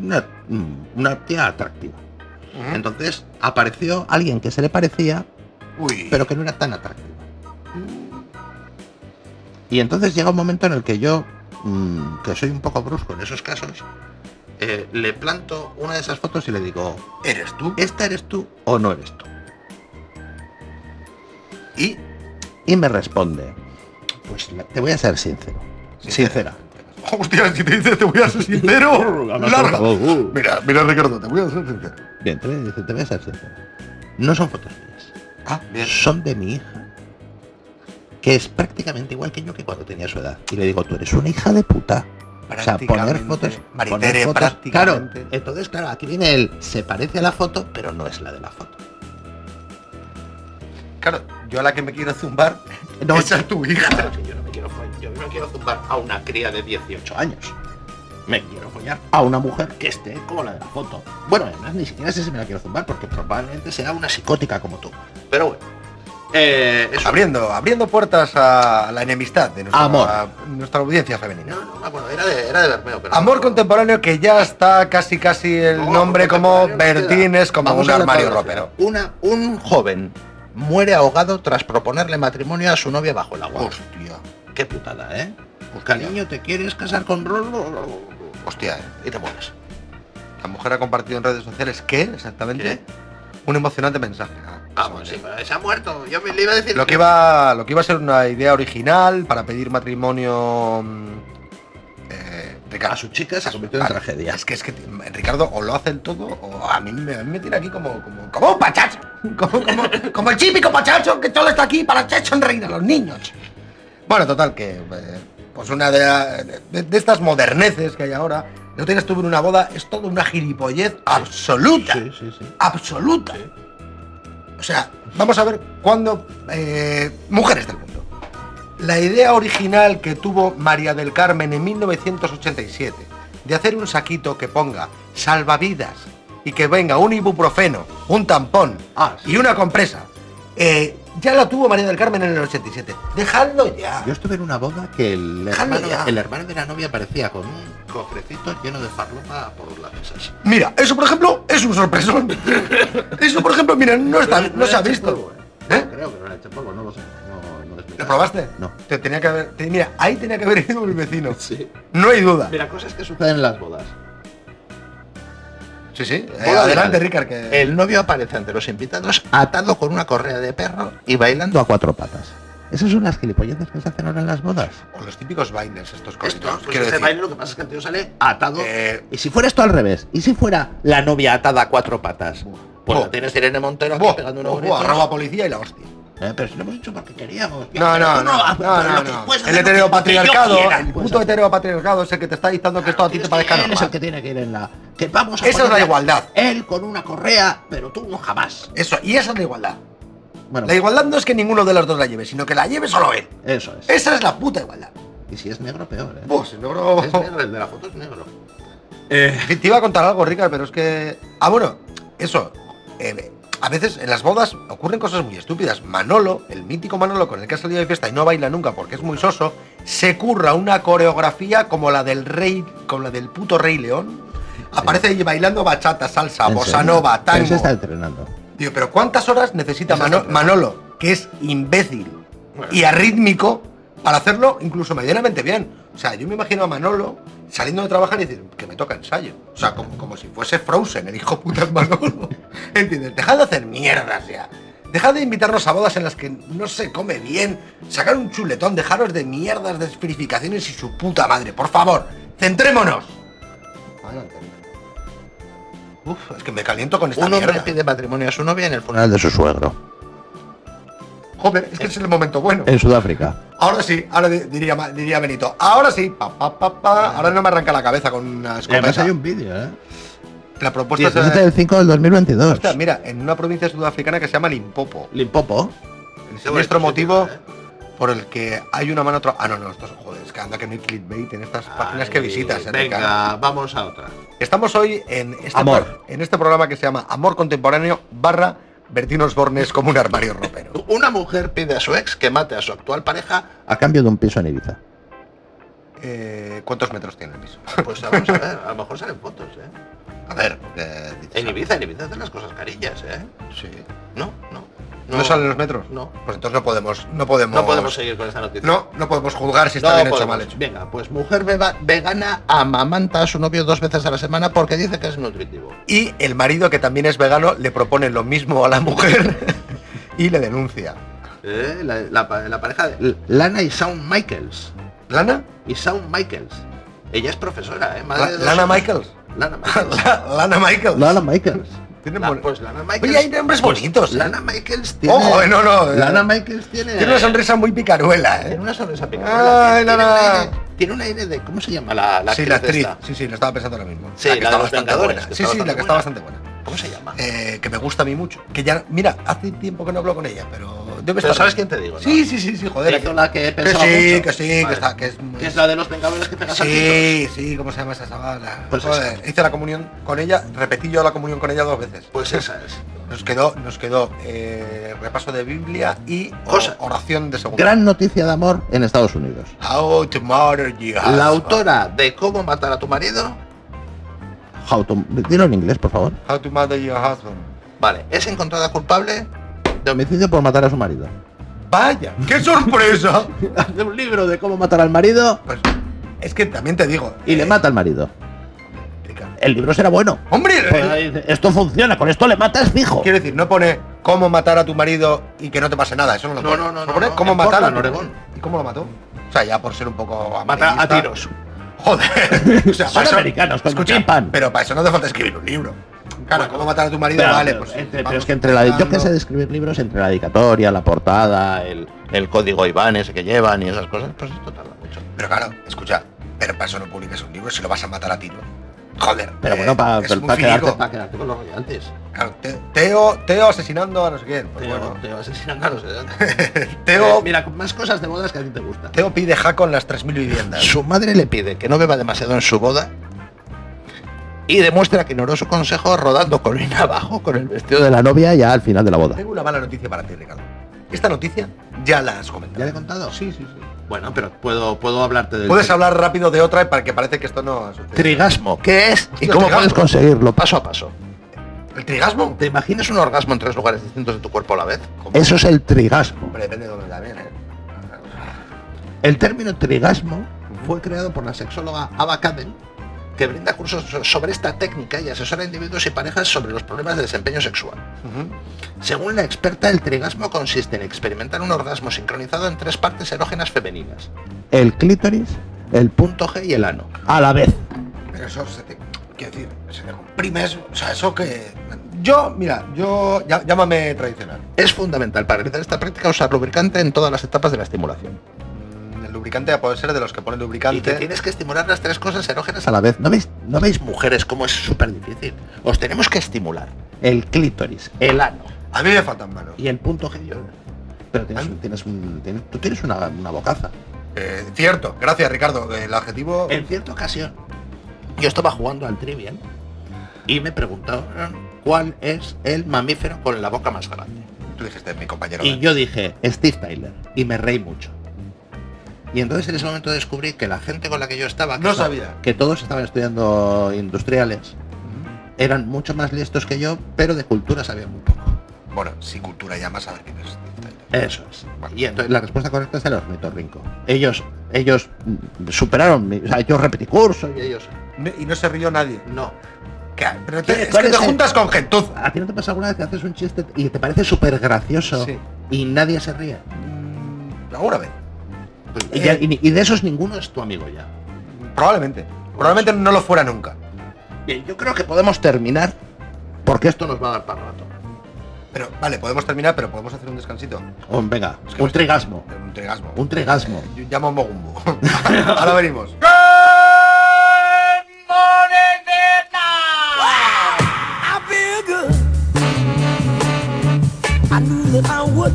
[SPEAKER 1] Una, mm, una tía atractiva. Entonces apareció alguien que se le parecía,
[SPEAKER 2] Uy.
[SPEAKER 1] pero que no era tan atractivo. Y entonces llega un momento en el que yo, mm, que soy un poco brusco en esos casos, eh, le planto una de esas fotos y le digo,
[SPEAKER 2] ¿Eres tú?
[SPEAKER 1] ¿esta eres tú o no eres tú?
[SPEAKER 2] Y.
[SPEAKER 1] Y me responde, pues la- te voy a ser sincero, sincera.
[SPEAKER 2] Hostia, si te dices te voy a
[SPEAKER 10] (laughs)
[SPEAKER 2] ser sincero.
[SPEAKER 1] Además, por
[SPEAKER 2] larga.
[SPEAKER 1] favor, uh.
[SPEAKER 2] Mira, mira, Ricardo, te voy a ser sincero.
[SPEAKER 1] Bien, te voy a, decir- te voy a ser sincera. No son fotos mías,
[SPEAKER 2] Ah,
[SPEAKER 1] son de mi hija, que es prácticamente igual que yo que cuando tenía su edad. Y le digo, tú eres una hija de puta. O sea, poner fotos,
[SPEAKER 2] Maritere,
[SPEAKER 1] poner fotos. Claro,
[SPEAKER 2] prácticamente.
[SPEAKER 1] entonces, claro, aquí viene el se parece a la foto, pero no es la de la foto.
[SPEAKER 2] Claro, yo a la que me quiero zumbar,
[SPEAKER 1] No,
[SPEAKER 2] esa es tu hija.
[SPEAKER 1] Claro, que yo no me quiero follar, yo no quiero zumbar a una cría de 18 años. Me quiero follar a una mujer que esté como la de la foto. Bueno, además ni siquiera sé si me la quiero zumbar porque probablemente sea una psicótica como tú. Pero bueno. Eh, eso.
[SPEAKER 2] Abriendo, abriendo puertas a la enemistad de nuestra,
[SPEAKER 1] Amor.
[SPEAKER 2] a nuestra audiencia femenina.
[SPEAKER 10] No, no me acuerdo, era de, era de Bermeo, pero.
[SPEAKER 2] Amor contemporáneo que ya está casi casi el
[SPEAKER 10] No,
[SPEAKER 2] nombre
[SPEAKER 10] amor
[SPEAKER 2] como
[SPEAKER 10] contemporáneo no queda.
[SPEAKER 2] Bertines, como
[SPEAKER 1] Vamos
[SPEAKER 2] un
[SPEAKER 1] a la
[SPEAKER 2] armario
[SPEAKER 1] traducción.
[SPEAKER 2] ropero.
[SPEAKER 10] Una, un joven muere ahogado tras proponerle matrimonio a su novia bajo el agua.
[SPEAKER 2] Hostia,
[SPEAKER 10] Qué putada, ¿eh?
[SPEAKER 2] hostia,
[SPEAKER 10] Cariño, ¿te quieres casar con Rolo?
[SPEAKER 2] hostia, eh.
[SPEAKER 10] Y te mueres.
[SPEAKER 2] La mujer ha compartido en redes sociales que, exactamente,
[SPEAKER 10] ¿Qué?
[SPEAKER 2] un emocionante mensaje. Ah,
[SPEAKER 10] Ah, bueno, sí, pero se ha muerto. Yo me le iba a decir
[SPEAKER 2] Lo que iba, lo que iba a ser una idea original para pedir matrimonio. mm, eh, Ricardo.
[SPEAKER 10] a su chica se convirtió en
[SPEAKER 2] Ah,
[SPEAKER 10] tragedia.
[SPEAKER 2] Es que es que eh, Ricardo o lo hacen todo o a mí me, a mí me tira aquí como como como un pachacho, como, como, como el típico pachacho que todo está aquí para echar sonreír a los niños. Bueno, total que eh, pues una de, la- de- de estas moderneces que hay ahora. No tienes tú en una boda, es todo una gilipollez absoluta
[SPEAKER 1] Sí, sí, sí.
[SPEAKER 2] absoluta. O sea, vamos a ver cuándo... eh, mujeres del mundo. La idea original que tuvo María del Carmen en 1987 de hacer un saquito que ponga salvavidas y que venga un ibuprofeno, un tampón
[SPEAKER 1] Ah, sí.
[SPEAKER 2] y una compresa, eh, ya la tuvo María del Carmen en el 87. Dejadlo ya.
[SPEAKER 1] Yo estuve en una boda que el
[SPEAKER 2] Déjalo
[SPEAKER 1] hermano,
[SPEAKER 2] ya.
[SPEAKER 1] el hermano de la novia aparecía con un cofrecito lleno de farlopa por las mesas.
[SPEAKER 2] Mira, eso por ejemplo es un sorpresón.
[SPEAKER 1] (laughs)
[SPEAKER 2] eso por ejemplo, mira, no,
[SPEAKER 1] Ah,
[SPEAKER 2] está, no, se ha visto.
[SPEAKER 1] ¿Eh?
[SPEAKER 2] ¿Eh?
[SPEAKER 1] No, creo que no le he hecho polvo, no lo sé. No, no lo he explicado.
[SPEAKER 2] ¿Lo probaste?
[SPEAKER 1] No.
[SPEAKER 2] Te tenía que haber, te- mira, ahí tenía que haber ido el vecino.
[SPEAKER 1] Sí.
[SPEAKER 2] No hay duda.
[SPEAKER 1] Mira, cosas que suceden en las bodas.
[SPEAKER 2] Sí, sí. eh,
[SPEAKER 10] Boda
[SPEAKER 2] adelante,
[SPEAKER 10] legal.
[SPEAKER 2] Ricard, que
[SPEAKER 10] El novio aparece ante los invitados atado con una correa de perro y bailando a cuatro patas.
[SPEAKER 1] Esas son las gilipolleces que se hacen ahora en las bodas.
[SPEAKER 2] o los típicos binders estos
[SPEAKER 10] Esto,
[SPEAKER 2] cortitos.
[SPEAKER 10] pues
[SPEAKER 2] quiero
[SPEAKER 10] ese
[SPEAKER 2] decir,
[SPEAKER 10] baile lo que pasa es que el tío sale atado.
[SPEAKER 2] eh,
[SPEAKER 1] Y si fuera esto al revés, y si fuera la novia atada a cuatro patas,
[SPEAKER 10] pues
[SPEAKER 2] buah.
[SPEAKER 10] la tienes Irene Montero aquí
[SPEAKER 2] buah,
[SPEAKER 10] pegando una
[SPEAKER 2] buah, buah, arroba policía y la hostia.
[SPEAKER 1] Eh, pero si lo hemos hecho porque queríamos.
[SPEAKER 2] No, no, no, no, no, no. El heteropatriarcado, el
[SPEAKER 10] pues
[SPEAKER 2] puto heteropatriarcado es el que te está dictando que esto a ti te parezca
[SPEAKER 1] Él es el
[SPEAKER 2] normal.
[SPEAKER 1] que tiene que ir en la. Que vamos a
[SPEAKER 2] Esa es la
[SPEAKER 1] ponerle-
[SPEAKER 2] igualdad.
[SPEAKER 1] Él con una correa, pero tú no jamás.
[SPEAKER 2] Eso, y esa es la igualdad.
[SPEAKER 1] Bueno,
[SPEAKER 2] La igualdad no es que ninguno de los dos la lleve, sino que la lleve solo él.
[SPEAKER 1] eso es.
[SPEAKER 2] Esa es la puta igualdad.
[SPEAKER 1] Y si es negro, peor, ¿eh?
[SPEAKER 2] Eh. Buah, si logro-
[SPEAKER 10] Es negro, el de la foto es negro.
[SPEAKER 2] Sí, Te iba a contar algo, Ricard, pero es que. Ah, bueno, eso. eh, a veces en las bodas ocurren cosas muy estúpidas. Manolo, el mítico Manolo con el que ha salido de fiesta y no baila nunca porque es muy soso, se curra una coreografía como la del rey, como la del puto Rey León. Aparece ahí bailando bachata, salsa,
[SPEAKER 1] ¿En
[SPEAKER 2] bossa
[SPEAKER 1] serio?
[SPEAKER 2] nova,
[SPEAKER 1] Pero se
[SPEAKER 2] tango.
[SPEAKER 1] está entrenando.
[SPEAKER 2] Digo, pero ¿cuántas horas necesita
[SPEAKER 1] Esa
[SPEAKER 2] Mano-
[SPEAKER 1] está claro.
[SPEAKER 2] Manolo, que es imbécil y arrítmico, para hacerlo incluso medianamente bien? O sea, yo me imagino a Manolo saliendo de trabajar y decir, que me toca ensayo. O sea, como, como si fuese Frozen, el hijo puta
[SPEAKER 10] (laughs)
[SPEAKER 2] de Manolo. ¿Entiendes? Dejad de hacer mierdas ya. Dejad de invitarnos a bodas en las que no se come bien. Sacar un chuletón, dejaros de mierdas, de esferificaciones y su puta madre. Por favor, centrémonos. Adelante. Uf, es que me caliento con esta
[SPEAKER 10] Un hombre
[SPEAKER 2] mierda.
[SPEAKER 10] pide matrimonio a su novia en el funeral.
[SPEAKER 1] Funeral de su suegro.
[SPEAKER 2] Joder, es que es el momento bueno.
[SPEAKER 1] En Sudáfrica.
[SPEAKER 2] Ahora sí, ahora di- diría, Ma- diría Benito. Ahora sí, pa, pa, pa, pa. Ahora no me arranca la cabeza con una
[SPEAKER 1] Y además
[SPEAKER 2] escopeta.
[SPEAKER 1] hay un este vídeo, ¿eh?
[SPEAKER 2] La propuesta es...
[SPEAKER 10] eh,
[SPEAKER 1] 17 del 5 del 2022.
[SPEAKER 2] Hostia, mira, en una provincia sudafricana que se llama Limpopo.
[SPEAKER 1] Limpopo.
[SPEAKER 10] Este
[SPEAKER 2] El siniestro motivo
[SPEAKER 10] eh.
[SPEAKER 2] por el que hay una mano... tro- Ah, no, no, esto es... Joder, es que anda que no hay clickbait en estas páginas que
[SPEAKER 10] Ay,
[SPEAKER 2] visitas. eh, Ricardo.
[SPEAKER 10] Venga, vamos a otra.
[SPEAKER 2] Estamos hoy en este,
[SPEAKER 1] Amor.
[SPEAKER 2] pro- en este programa que se llama Amor Contemporáneo barra Bertinos Bornes como un
[SPEAKER 10] (laughs)
[SPEAKER 2] armario ropero.
[SPEAKER 10] Una mujer pide a su ex que mate a su actual pareja.
[SPEAKER 1] A cambio de un piso en Ibiza.
[SPEAKER 2] Eh, ¿Cuántos metros tiene el piso?
[SPEAKER 10] Pues vamos a ver, a lo mejor salen fotos, ¿eh?
[SPEAKER 2] A ver, eh, dices-
[SPEAKER 10] En Ibiza, en Ibiza hacen las cosas carillas, ¿eh?
[SPEAKER 2] Sí.
[SPEAKER 10] No, no.
[SPEAKER 2] ¿No, salen los metros?
[SPEAKER 10] No.
[SPEAKER 2] Pues entonces no podemos, no podemos.
[SPEAKER 10] No podemos seguir con esta noticia.
[SPEAKER 2] No, no podemos juzgar si está
[SPEAKER 10] No
[SPEAKER 2] bien hecho o
[SPEAKER 10] podemos.
[SPEAKER 2] mal hecho.
[SPEAKER 10] Venga, pues mujer vega- vegana amamanta a su novio dos veces a la semana porque dice que es nutritivo.
[SPEAKER 2] Y el marido, que también es vegano, le propone lo mismo a la mujer (laughs) y le denuncia.
[SPEAKER 10] Eh, La, la pa- la pareja de L- Lana y Shawn Michaels.
[SPEAKER 2] ¿Lana? (laughs)
[SPEAKER 10] Y Shawn Michaels. Ella es profesora, ¿eh? Madre
[SPEAKER 2] La-
[SPEAKER 10] de dos
[SPEAKER 2] ¿Lana
[SPEAKER 10] hijos.
[SPEAKER 2] (laughs) Michaels?
[SPEAKER 10] Lana Michaels.
[SPEAKER 2] La- ¿Lana Michaels?
[SPEAKER 1] Lola Michaels.
[SPEAKER 2] Tienen
[SPEAKER 1] La-
[SPEAKER 2] boni-
[SPEAKER 1] pues Lana Michaels.
[SPEAKER 2] Oye, hay nombres
[SPEAKER 1] pues,
[SPEAKER 2] bonitos. ¿eh?
[SPEAKER 1] Lana Michaels tiene.
[SPEAKER 2] Ojo, eh, no, no. eh.
[SPEAKER 1] Lana Michaels tiene.
[SPEAKER 2] Tiene una sonrisa muy picaruela,
[SPEAKER 1] Tiene
[SPEAKER 2] ¿eh?
[SPEAKER 1] una sonrisa
[SPEAKER 2] Ay,
[SPEAKER 1] pequeña. Tiene,
[SPEAKER 2] Lana.
[SPEAKER 1] un aire- tiene un aire de. ¿Cómo se llama la, la
[SPEAKER 2] sí, la actriz.
[SPEAKER 1] esta?
[SPEAKER 2] Sí, sí, lo estaba pensando ahora mismo.
[SPEAKER 1] Sí,
[SPEAKER 2] que
[SPEAKER 1] la de
[SPEAKER 2] está
[SPEAKER 1] los
[SPEAKER 2] bastante
[SPEAKER 1] Vengadores,
[SPEAKER 2] buena.
[SPEAKER 1] que
[SPEAKER 2] Sí,
[SPEAKER 1] está
[SPEAKER 2] sí, la que está
[SPEAKER 1] bastante
[SPEAKER 2] bastante buena.
[SPEAKER 1] ¿Cómo se llama?
[SPEAKER 2] Eh, que me gusta a mí mucho. Que ya, mira, hace tiempo que no hablo con ella, pero debe
[SPEAKER 1] Pero
[SPEAKER 2] estar.
[SPEAKER 1] sabes quién te digo, ¿no?
[SPEAKER 2] Sí, sí, sí, sí, joder.
[SPEAKER 1] Hizo la que
[SPEAKER 2] que
[SPEAKER 1] pensaba
[SPEAKER 2] sí,
[SPEAKER 1] mucho.
[SPEAKER 2] que sí, que
[SPEAKER 1] Vale.
[SPEAKER 2] está, que es.
[SPEAKER 1] Que es la de los Vengadores que pegas saltitos.
[SPEAKER 2] Sí, sí, ¿cómo se llama esa chavala?
[SPEAKER 1] Pues
[SPEAKER 2] Joder, hice la comunión con ella, repetí yo la comunión con ella dos veces.
[SPEAKER 1] Pues esa es.
[SPEAKER 2] Nos quedó, nos quedó eh, repaso de Biblia y o-
[SPEAKER 1] Cosa.
[SPEAKER 2] oración de segunda.
[SPEAKER 12] Gran noticia de amor en Estados Unidos.
[SPEAKER 2] How to murder you.
[SPEAKER 12] Ah,
[SPEAKER 1] La autora de Cómo matar a tu marido,
[SPEAKER 12] How to... Dilo en inglés, por favor.
[SPEAKER 2] How to murder your husband.
[SPEAKER 1] vale, es encontrada culpable
[SPEAKER 12] De homicidio por matar a su marido.
[SPEAKER 2] Vaya, qué sorpresa.
[SPEAKER 12] (laughs) Hace un libro de cómo matar al marido
[SPEAKER 2] Pues, es que también te digo.
[SPEAKER 12] y le
[SPEAKER 2] eh,
[SPEAKER 12] mata al marido.
[SPEAKER 2] explica.
[SPEAKER 12] El libro será bueno.
[SPEAKER 2] Hombre,
[SPEAKER 1] Eh,
[SPEAKER 12] Pues ahí dice, esto funciona, con esto le matas fijo.
[SPEAKER 2] quiero decir, no pone cómo matar a tu marido y que no te pase nada. Eso no lo
[SPEAKER 1] No,
[SPEAKER 2] pone.
[SPEAKER 1] no, no,
[SPEAKER 2] Lo
[SPEAKER 1] no,
[SPEAKER 2] pone
[SPEAKER 1] no,
[SPEAKER 2] cómo
[SPEAKER 1] en
[SPEAKER 2] matar a tu
[SPEAKER 1] Portland,
[SPEAKER 2] marido.
[SPEAKER 1] Oregón.
[SPEAKER 2] ¿Y cómo lo mató? O sea, ya por ser un poco
[SPEAKER 1] Mata a
[SPEAKER 2] amarillista.
[SPEAKER 1] tiros.
[SPEAKER 2] Joder.
[SPEAKER 12] (laughs)
[SPEAKER 2] O sea,
[SPEAKER 12] Son
[SPEAKER 2] para eso-
[SPEAKER 12] americanos, con
[SPEAKER 2] escucha,
[SPEAKER 12] champán.
[SPEAKER 2] pero para eso no hace falta escribir un libro. Claro,
[SPEAKER 1] Bueno,
[SPEAKER 2] cómo matar a tu marido,
[SPEAKER 12] Pero,
[SPEAKER 2] vale.
[SPEAKER 12] pero,
[SPEAKER 2] Pues,
[SPEAKER 12] entre-
[SPEAKER 2] vamos
[SPEAKER 12] pero es que entre la, yo que sé
[SPEAKER 2] buscando.
[SPEAKER 12] de escribir libros, entre la dedicatoria, la portada, el, el código Iván ese que llevan y esas cosas, pues esto tarda mucho.
[SPEAKER 2] Pero claro, escucha, pero para eso no publiques un libro si lo vas a matar a tiro. Joder.
[SPEAKER 12] Pero
[SPEAKER 2] eh,
[SPEAKER 12] bueno, para
[SPEAKER 2] es muy
[SPEAKER 12] quedarte,
[SPEAKER 2] finico.
[SPEAKER 12] pa quedarte con los royalties.
[SPEAKER 2] Claro, te- Teo, Teo asesinando a no sé quién. Pues
[SPEAKER 1] Te
[SPEAKER 2] bueno.
[SPEAKER 1] te asesinando a los dedos. (laughs)
[SPEAKER 2] Teo,
[SPEAKER 1] Eh, Mira, con más cosas de bodas que a ti te gustan.
[SPEAKER 2] Teo pide jaco en las 3.000 viviendas.
[SPEAKER 1] Su madre le pide que no beba demasiado en su boda y demuestra que ignoró su consejo rodando colina abajo con el vestido.
[SPEAKER 12] Tío de la novia ya al final de la boda.
[SPEAKER 2] Tengo una mala noticia para ti, Ricardo. Esta noticia ya la has
[SPEAKER 1] ¿Ya
[SPEAKER 2] comentado.
[SPEAKER 1] le he contado? Sí, sí, sí. Bueno, pero puedo, puedo hablarte del
[SPEAKER 2] Puedes
[SPEAKER 1] tri-
[SPEAKER 2] hablar rápido de otra para que parece que esto no ha sucedido.
[SPEAKER 1] trigasmo. ¿Qué es? ¿Y
[SPEAKER 2] Hostia,
[SPEAKER 1] cómo
[SPEAKER 2] trigasmo.
[SPEAKER 1] puedes conseguirlo? Paso a paso.
[SPEAKER 2] ¿El trigasmo?
[SPEAKER 1] ¿Te imaginas un orgasmo en tres lugares distintos de tu cuerpo a la vez?
[SPEAKER 12] Eso es el trigasmo.
[SPEAKER 2] Hombre, depende de dónde la vean, ¿eh?
[SPEAKER 1] El término trigasmo fue creado por la sexóloga Ava Cadden, que brinda cursos so- sobre esta técnica y asesora a individuos y parejas sobre los problemas de desempeño sexual. Según la experta, el trigasmo consiste en experimentar un orgasmo sincronizado en tres partes erógenas femeninas,
[SPEAKER 12] El clítoris, el
[SPEAKER 1] el
[SPEAKER 12] pu-
[SPEAKER 1] punto G y el ano.
[SPEAKER 12] a la vez.
[SPEAKER 2] Pero eso se te. Quiero decir, se te comprime eso. O sea, eso que. Yo, mira, yo. ya- llámame tradicional.
[SPEAKER 1] Es fundamental para realizar esta práctica usar lubricante en todas las etapas de la estimulación.
[SPEAKER 2] Mm, El lubricante a poder ser de los que
[SPEAKER 1] Y
[SPEAKER 2] ponen
[SPEAKER 1] que
[SPEAKER 2] lubricante.
[SPEAKER 1] tienes que estimular las tres cosas erógenas a la vez. ¿No veis, no veis mujeres cómo es súper difícil? Os tenemos que estimular el clítoris, el ano
[SPEAKER 2] A mí me faltan manos.
[SPEAKER 1] y el punto G. y el- Pero tienes,
[SPEAKER 2] Ah.
[SPEAKER 1] un- tienes un- tienes- tú tienes una, una bocaza.
[SPEAKER 2] Eh, cierto, gracias Ricardo. El adjetivo.
[SPEAKER 1] En cierta ocasión, yo estaba jugando al Trivial y me preguntaron cuál es el mamífero con la boca más grande.
[SPEAKER 2] Tú dijiste mi compañero.
[SPEAKER 1] Y yo dije, Steve Tyler, y me reí mucho. Y entonces en ese momento descubrí que la gente con la que yo estaba, que,
[SPEAKER 2] No
[SPEAKER 1] estaba-
[SPEAKER 2] sabía.
[SPEAKER 1] que todos estaban estudiando industriales, eran mucho más listos que yo, pero de cultura sabían muy poco.
[SPEAKER 2] Bueno, si cultura llamas a ver quién es.
[SPEAKER 1] Eso es. Y entonces la respuesta correcta es el ornitorrinco. Ellos, ellos mm, superaron mi, o sea, yo repetí curso y ellos
[SPEAKER 2] No- Y no se rió nadie.
[SPEAKER 1] no.
[SPEAKER 2] ¿Qué? Pero
[SPEAKER 1] ¿Quién-
[SPEAKER 2] te, es
[SPEAKER 1] cuál
[SPEAKER 2] que te
[SPEAKER 1] es el-
[SPEAKER 2] juntas con gentuza.
[SPEAKER 1] ¿A ti no te pasa alguna vez que haces un chiste y te parece súper gracioso
[SPEAKER 2] Sí.
[SPEAKER 1] y nadie se ríe?
[SPEAKER 2] Mm, Alguna vez. Pues,
[SPEAKER 1] Y,
[SPEAKER 2] eh,
[SPEAKER 1] ya- y ni- y de esos ninguno es tu amigo ya.
[SPEAKER 2] Probablemente. Probablemente no lo fuera nunca.
[SPEAKER 1] Bien, yo creo que podemos terminar porque esto nos va a dar para rato.
[SPEAKER 2] Pero vale, podemos terminar, pero podemos hacer un descansito.
[SPEAKER 1] Oh, venga,
[SPEAKER 2] que
[SPEAKER 1] un
[SPEAKER 2] me-
[SPEAKER 1] trigasmo.
[SPEAKER 2] Un trigasmo.
[SPEAKER 1] Un trigasmo.
[SPEAKER 2] Yo llamo a Mogumbo. (laughs) Ahora venimos.
[SPEAKER 11] I feel good. I knew that I would.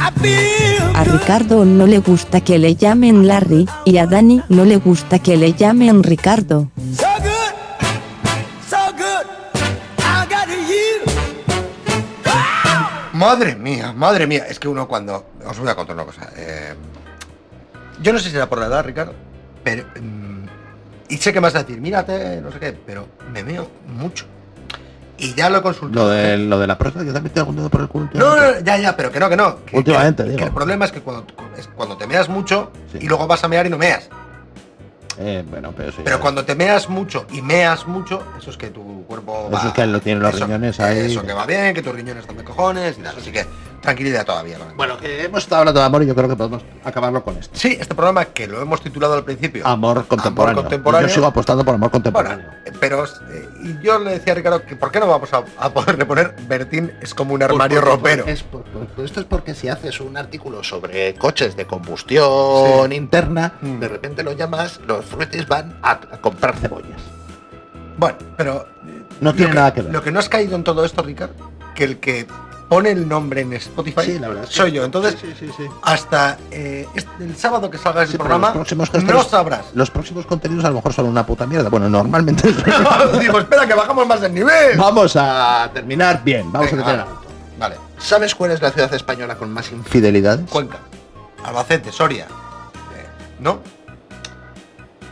[SPEAKER 11] I feel
[SPEAKER 13] A
[SPEAKER 11] good.
[SPEAKER 13] Ricardo no le gusta que le llamen Larry, y a Dani no le gusta que le llamen Ricardo.
[SPEAKER 11] So good. So good. I got you.
[SPEAKER 2] Madre mía, madre mía. Es que uno cuando. Os voy a contar una cosa. eh, yo no sé si será por la edad, Ricardo, pero. mm, y sé que me vas a decir, mírate, no sé qué, pero me veo mucho. Y ya lo he
[SPEAKER 12] Lo
[SPEAKER 2] consultado.
[SPEAKER 12] de, lo de la próstata, yo también estoy algún dedo por el culo.
[SPEAKER 2] No,
[SPEAKER 12] últimamente.
[SPEAKER 2] no, no, ya, ya, pero que no, que no. Que,
[SPEAKER 12] Últimamente,
[SPEAKER 2] que-
[SPEAKER 12] digo.
[SPEAKER 2] que el problema es que cuando, es cuando te meas mucho
[SPEAKER 12] Sí.
[SPEAKER 2] y luego vas a mear y no meas.
[SPEAKER 12] Eh, bueno, pero sí.
[SPEAKER 2] Pero cuando te meas mucho y meas mucho, eso es que tu cuerpo
[SPEAKER 12] Eso
[SPEAKER 2] va-
[SPEAKER 12] es que lo tienen los riñones ahí.
[SPEAKER 2] Eso que va bien, que tus riñones están de cojones y tal. Así que tranquilidad todavía. Lorenzo.
[SPEAKER 1] Bueno, que hemos estado hablando de amor y yo creo que podemos acabarlo con esto.
[SPEAKER 2] Sí, este programa que lo hemos titulado al principio.
[SPEAKER 1] Amor contemporáneo.
[SPEAKER 2] contemporáneo.
[SPEAKER 1] Y Yo sigo apostando por amor contemporáneo.
[SPEAKER 2] Eh, Pero eh, y yo le decía a Ricardo que por qué no vamos a, a poderle poner Bertín es como un armario
[SPEAKER 1] Por- por-
[SPEAKER 2] ropero.
[SPEAKER 1] por- pues es por- por- esto es porque si haces un artículo sobre coches de combustión interna, de repente lo llamas, los frutis van a, a comprar cebollas.
[SPEAKER 2] Bueno, pero
[SPEAKER 1] No tiene nada que ver.
[SPEAKER 2] lo que no has caído en todo esto, Ricardo, que el que pone el nombre en Spotify
[SPEAKER 1] Sí, la verdad es que-
[SPEAKER 2] soy yo. Entonces,
[SPEAKER 1] Sí, sí, sí, sí.
[SPEAKER 2] hasta eh, este- el sábado que salga
[SPEAKER 1] Sí,
[SPEAKER 2] este
[SPEAKER 1] pero
[SPEAKER 2] programa,
[SPEAKER 1] los próximos
[SPEAKER 2] no
[SPEAKER 1] contenidos-
[SPEAKER 2] sabrás. (laughs)
[SPEAKER 1] Los próximos contenidos a lo mejor son una puta mierda. Bueno, normalmente. (laughs)
[SPEAKER 2] Digo, espera que bajamos más el nivel.
[SPEAKER 1] vamos a terminar bien. Vamos
[SPEAKER 2] Venga,
[SPEAKER 1] a terminar.
[SPEAKER 2] va. Vale,
[SPEAKER 1] ¿Sabes cuál es la ciudad española con más infidelidades?
[SPEAKER 2] Cuenca, Albacete, Soria. Eh, ¿No?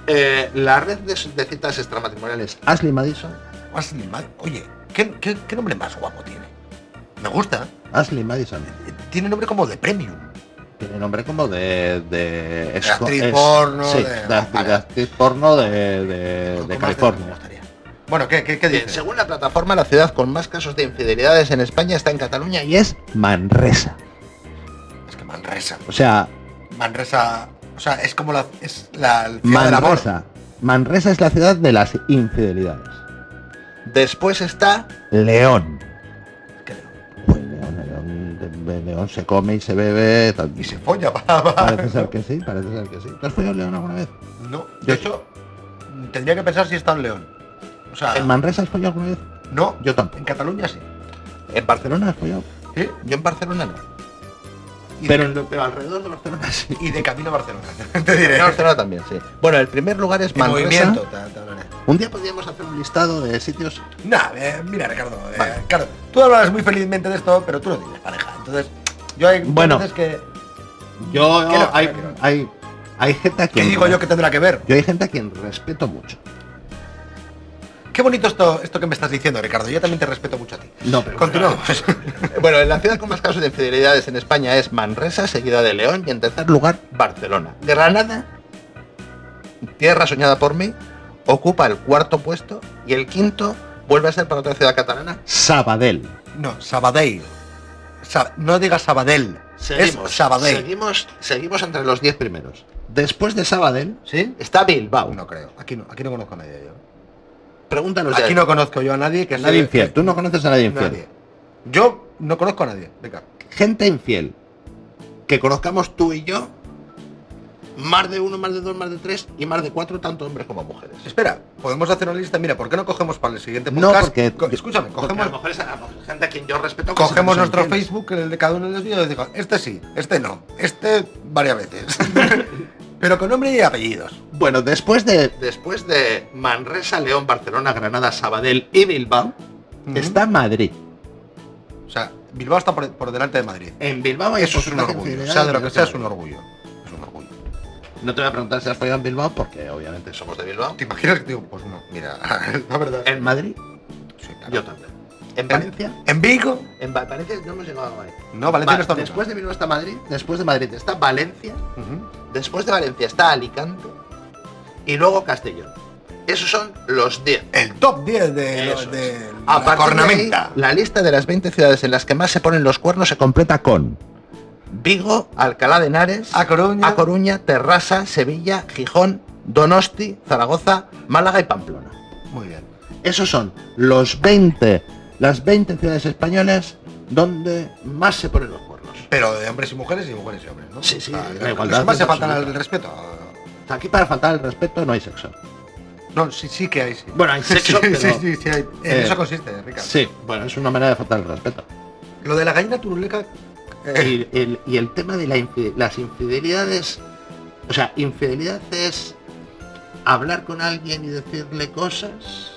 [SPEAKER 1] Eh, la red de, de citas extramatrimoniales Ashley Madison.
[SPEAKER 2] Más ni mal. Oye, ¿qué, qué, qué nombre más guapo tiene? Me gusta.
[SPEAKER 1] Ashley Madison.
[SPEAKER 2] Tiene nombre como de premium.
[SPEAKER 1] Tiene nombre como de... De, es-
[SPEAKER 2] actriz porno,
[SPEAKER 1] sí,
[SPEAKER 2] de-
[SPEAKER 1] de, act-
[SPEAKER 2] vale.
[SPEAKER 1] de actriz porno de, Eh, de- de
[SPEAKER 2] Como me
[SPEAKER 1] California.
[SPEAKER 2] gustaría. Bueno, ¿qué, qué, qué
[SPEAKER 1] Bien,
[SPEAKER 2] dices?
[SPEAKER 1] Eh, según la plataforma, la ciudad con más casos de infidelidades en España está en Cataluña y es Manresa.
[SPEAKER 2] Es que Manresa.
[SPEAKER 1] O sea,
[SPEAKER 2] Manresa. O sea, es como la. Es la ciudad del amor.
[SPEAKER 1] Manresa. Manresa es la ciudad de las infidelidades. Después está León.
[SPEAKER 2] Que-
[SPEAKER 1] Pues León, León, de- de León se come y se bebe. tal-
[SPEAKER 2] Y se folla, (laughs) va, va.
[SPEAKER 1] Parece ser que sí, parece ser que sí. ¿Te has follado a León alguna vez?
[SPEAKER 2] No, de hecho, tendría que pensar si está en León. O sea,
[SPEAKER 1] ¿En Manresa has follado alguna vez?
[SPEAKER 2] no,
[SPEAKER 1] Yo tampoco.
[SPEAKER 2] en Cataluña sí.
[SPEAKER 1] ¿En Barcelona has follado?
[SPEAKER 2] ¿Sí?
[SPEAKER 1] Yo en Barcelona no.
[SPEAKER 2] Y,
[SPEAKER 1] Pero,
[SPEAKER 2] de,
[SPEAKER 1] en lo- pero alrededor de Barcelona sí.
[SPEAKER 2] y de camino a Barcelona. (laughs) Te diré.
[SPEAKER 1] En Barcelona también, sí. Bueno, el primer lugar es
[SPEAKER 2] En
[SPEAKER 1] Manresa.
[SPEAKER 2] movimiento. te- te hablaré.
[SPEAKER 1] Un día podríamos hacer un listado de sitios.
[SPEAKER 2] Nah, eh, mira, Ricardo, eh, claro, tú hablas muy felizmente de esto, pero tú no tienes pareja. Entonces, yo hay
[SPEAKER 1] Bueno.
[SPEAKER 2] veces que,
[SPEAKER 1] Yo
[SPEAKER 2] Que no,
[SPEAKER 1] hay,
[SPEAKER 2] que no.
[SPEAKER 1] hay, hay gente a
[SPEAKER 2] que
[SPEAKER 1] quien
[SPEAKER 2] digo yo que tendrá que ver.
[SPEAKER 1] yo hay gente a quien respeto mucho.
[SPEAKER 2] Qué bonito esto, esto que me estás diciendo, Ricardo. Yo también te respeto mucho a ti.
[SPEAKER 1] No, pero
[SPEAKER 2] Continuamos.
[SPEAKER 1] Bueno, en la ciudad con más casos de infidelidades en España es Manresa, seguida de León y en tercer lugar Barcelona. Granada, tierra soñada por mí, ocupa el cuarto puesto y el quinto vuelve a ser para otra ciudad catalana, Sabadell.
[SPEAKER 2] (laughs) no, Sabadell. Sa- no digas Sabadell.
[SPEAKER 1] Seguimos,
[SPEAKER 2] es Sabadell.
[SPEAKER 1] seguimos, seguimos entre los 10 primeros. Después de Sabadell, ¿sí? Está Bilbao.
[SPEAKER 2] No creo. Aquí no, aquí no conozco a nadie yo.
[SPEAKER 1] Pregúntanos ya.
[SPEAKER 2] Aquí no conozco yo a nadie que sea-
[SPEAKER 1] Nadie infiel. Tú no conoces a nadie infiel.
[SPEAKER 2] Nadie. Yo no conozco a nadie. Venga.
[SPEAKER 1] gente infiel que conozcamos tú y yo, más de uno, más de dos, más de tres y más de cuatro, tanto hombres como mujeres.
[SPEAKER 2] Espera, podemos hacer una lista. Mira, ¿por qué no cogemos para el siguiente
[SPEAKER 1] No,
[SPEAKER 2] podcast?
[SPEAKER 1] porque-
[SPEAKER 2] Co- escúchame,
[SPEAKER 1] Cogemos
[SPEAKER 2] cogemos,
[SPEAKER 1] mujeres a la gente a quien yo respeto. que
[SPEAKER 2] cogemos
[SPEAKER 1] se nos
[SPEAKER 2] nuestro
[SPEAKER 1] entiende.
[SPEAKER 2] Facebook, el de cada uno de los vídeos, y digo, este sí, este no, este
[SPEAKER 1] (laughs)
[SPEAKER 2] varias veces. Pero con nombre y apellidos.
[SPEAKER 1] Bueno, después de después de Manresa, León, Barcelona, Granada, Sabadell y Bilbao,
[SPEAKER 2] Ujú.
[SPEAKER 1] está Madrid.
[SPEAKER 2] O sea, Bilbao está por, por delante de Madrid.
[SPEAKER 1] En Bilbao hay
[SPEAKER 2] Eso es un
[SPEAKER 1] porcentaje pues de
[SPEAKER 2] orgullo. O
[SPEAKER 1] infidelidad
[SPEAKER 2] sea, de lo que
[SPEAKER 1] mayor
[SPEAKER 2] sea es un
[SPEAKER 1] Madrid.
[SPEAKER 2] orgullo. Es un orgullo.
[SPEAKER 1] No te voy a preguntar si has follado en Bilbao porque obviamente somos de Bilbao.
[SPEAKER 2] ¿Te imaginas que digo, pues no, mira, (laughs) la verdad.
[SPEAKER 1] En Madrid,
[SPEAKER 2] Sí, claro.
[SPEAKER 1] yo también. En Valencia,
[SPEAKER 2] ¿En Vigo?
[SPEAKER 1] en Va- Valencia no hemos llegado a Valencia.
[SPEAKER 2] No, Valencia
[SPEAKER 1] Va-
[SPEAKER 2] no está nunca.
[SPEAKER 1] después de Bilbao está Madrid, después de Madrid está Valencia,
[SPEAKER 2] Ujú.
[SPEAKER 1] Después de Valencia está Alicante y luego Castellón. Esos son los 10.
[SPEAKER 2] El top 10 de,
[SPEAKER 1] Eso
[SPEAKER 2] lo-
[SPEAKER 1] es.
[SPEAKER 2] de
[SPEAKER 1] A partir
[SPEAKER 2] la
[SPEAKER 1] de ahí,
[SPEAKER 2] cornamenta.
[SPEAKER 1] la lista de las 20 ciudades en las que más se ponen los cuernos se completa con Vigo, Alcalá de Henares,
[SPEAKER 2] A Coruña.
[SPEAKER 1] A Coruña, Terrassa, Sevilla, Gijón, Donosti, Zaragoza, Málaga y Pamplona.
[SPEAKER 2] Muy bien.
[SPEAKER 1] Esos son los 20, las 20 ciudades españolas donde más se ponen los cuernos.
[SPEAKER 2] Pero de hombres y mujeres y mujeres y hombres, ¿no?
[SPEAKER 1] Sí, sí, la
[SPEAKER 2] los
[SPEAKER 1] igualdad
[SPEAKER 2] demás se
[SPEAKER 1] es
[SPEAKER 2] faltan al
[SPEAKER 1] absoluta.
[SPEAKER 2] respeto.
[SPEAKER 1] Aquí para faltar el respeto no hay sexo.
[SPEAKER 2] No, sí, sí que hay, sí.
[SPEAKER 1] Bueno, hay sexo,
[SPEAKER 2] (laughs) sí,
[SPEAKER 1] pero-
[SPEAKER 2] sí, sí, sí hay. En
[SPEAKER 1] Eh,
[SPEAKER 2] eso consiste, Ricardo.
[SPEAKER 1] Sí, bueno, es una manera de faltar el respeto.
[SPEAKER 2] Lo de la gallina turuleca... eh,
[SPEAKER 1] el, el- y el tema de la infi- las infidelidades, o sea, infidelidad es hablar con alguien y decirle cosas.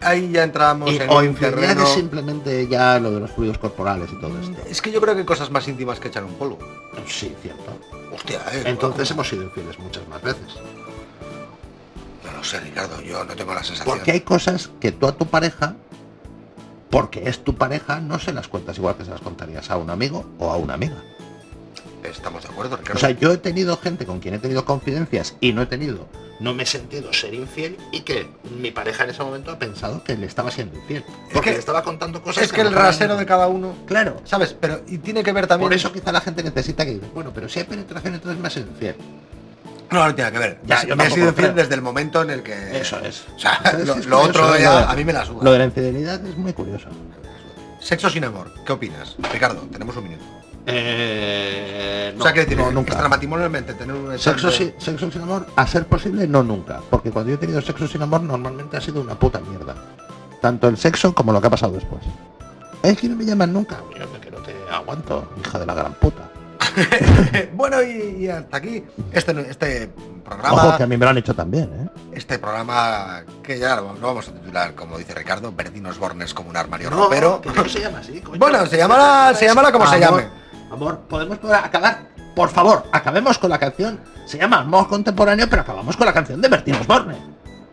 [SPEAKER 2] ahí ya entramos
[SPEAKER 1] y-
[SPEAKER 2] en
[SPEAKER 1] o
[SPEAKER 2] un
[SPEAKER 1] infidelidad
[SPEAKER 2] terreno...
[SPEAKER 1] es simplemente ya lo de los fluidos corporales y todo esto.
[SPEAKER 2] Es que yo creo que hay cosas más íntimas que echar un polvo.
[SPEAKER 1] Sí, cierto.
[SPEAKER 2] Hostia, eh.
[SPEAKER 1] Entonces hemos sido infieles muchas más veces.
[SPEAKER 2] No lo sé, Ricardo, yo no tengo la sensación.
[SPEAKER 1] Porque hay cosas que tú a tu pareja, porque es tu pareja, no se las cuentas igual que se las contarías a un amigo o a una amiga.
[SPEAKER 2] Estamos de acuerdo,
[SPEAKER 1] O
[SPEAKER 2] Ricardo.
[SPEAKER 1] sea, yo he tenido gente con quien he tenido confidencias y no he tenido no me he sentido ser infiel y que mi pareja en ese momento ha pensado que le estaba siendo infiel.
[SPEAKER 2] Es
[SPEAKER 1] Porque
[SPEAKER 2] que-
[SPEAKER 1] le estaba contando cosas
[SPEAKER 2] Es que el
[SPEAKER 1] no eran-
[SPEAKER 2] rasero de cada uno.
[SPEAKER 1] Claro.
[SPEAKER 2] ¿Sabes? Pero y tiene que ver también.
[SPEAKER 1] Por eso quizá la gente necesita que diga, bueno, pero si hay penetración entonces me has sido infiel.
[SPEAKER 2] No, no tiene que ver.
[SPEAKER 1] Ya,
[SPEAKER 2] Ya,
[SPEAKER 1] yo
[SPEAKER 2] me he
[SPEAKER 1] tampoco
[SPEAKER 2] sido
[SPEAKER 1] lo creo.
[SPEAKER 2] fiel desde el momento en el que.
[SPEAKER 1] Eso es.
[SPEAKER 2] O sea,
[SPEAKER 1] Entonces,
[SPEAKER 2] lo,
[SPEAKER 1] es
[SPEAKER 2] lo
[SPEAKER 1] curioso,
[SPEAKER 2] otro
[SPEAKER 1] ¿eh?
[SPEAKER 2] ya
[SPEAKER 1] Lo de-
[SPEAKER 2] a mí me la suda.
[SPEAKER 1] Lo de la infidelidad es muy curioso.
[SPEAKER 2] Sexo sin amor. ¿Qué opinas? Ricardo, tenemos un minuto.
[SPEAKER 1] Eh, no,
[SPEAKER 2] o sea, que decir,
[SPEAKER 1] no, nunca.
[SPEAKER 2] extramatrimonialmente tener un
[SPEAKER 1] Sexo,
[SPEAKER 2] sí
[SPEAKER 1] sin, sexo sin amor, a ser posible, no nunca. Porque cuando yo he tenido sexo sin amor, normalmente ha sido una puta mierda. Tanto el sexo como lo que ha pasado después. Es que no me llaman nunca. Mira, que no te aguanto, hija de la gran puta.
[SPEAKER 2] (laughs) bueno, y, y hasta aquí este, este
[SPEAKER 1] Ojo, que a
[SPEAKER 2] programa.
[SPEAKER 1] mí me lo han hecho también, ¿eh?
[SPEAKER 2] Este programa que ya lo lo vamos a titular, como dice Ricardo, Bertín Osborne es como un armario
[SPEAKER 1] No,
[SPEAKER 2] ropero.
[SPEAKER 1] que
[SPEAKER 2] (laughs)
[SPEAKER 1] no se llama así, coño.
[SPEAKER 2] Bueno, se llamará, se llamará como se
[SPEAKER 1] Amor,
[SPEAKER 2] llame.
[SPEAKER 1] Amor, podemos poder acabar. Por favor, acabemos con la canción. Se llama Amor Contemporáneo, pero acabamos con la canción de Bertín Osborne.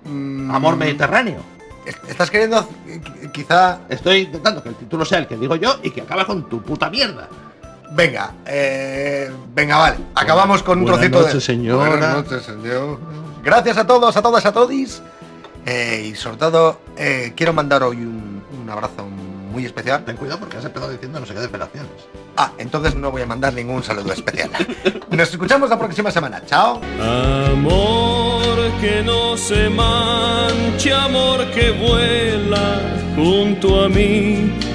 [SPEAKER 1] Amor Mediterráneo.
[SPEAKER 2] Mm, Estás queriendo eh, qui- quizá.
[SPEAKER 1] Estoy intentando que el título sea el que digo yo y que acaba con tu puta mierda.
[SPEAKER 2] Venga, eh, venga, vale. Acabamos con un
[SPEAKER 1] Buenas
[SPEAKER 2] trocito de.
[SPEAKER 1] noches, señora.
[SPEAKER 2] Buenas noches, señor. Gracias a todos, a todas, a todis. Eh, y sobre todo, eh, quiero mandar hoy un, un abrazo muy especial.
[SPEAKER 1] Ten cuidado porque has empezado diciendo no sé qué desvelaciones.
[SPEAKER 2] Ah, entonces no voy a mandar ningún
[SPEAKER 1] (laughs)
[SPEAKER 2] saludo especial. Nos escuchamos la próxima semana. Chao.
[SPEAKER 14] Amor que no se mancha, amor que vuela junto a mí.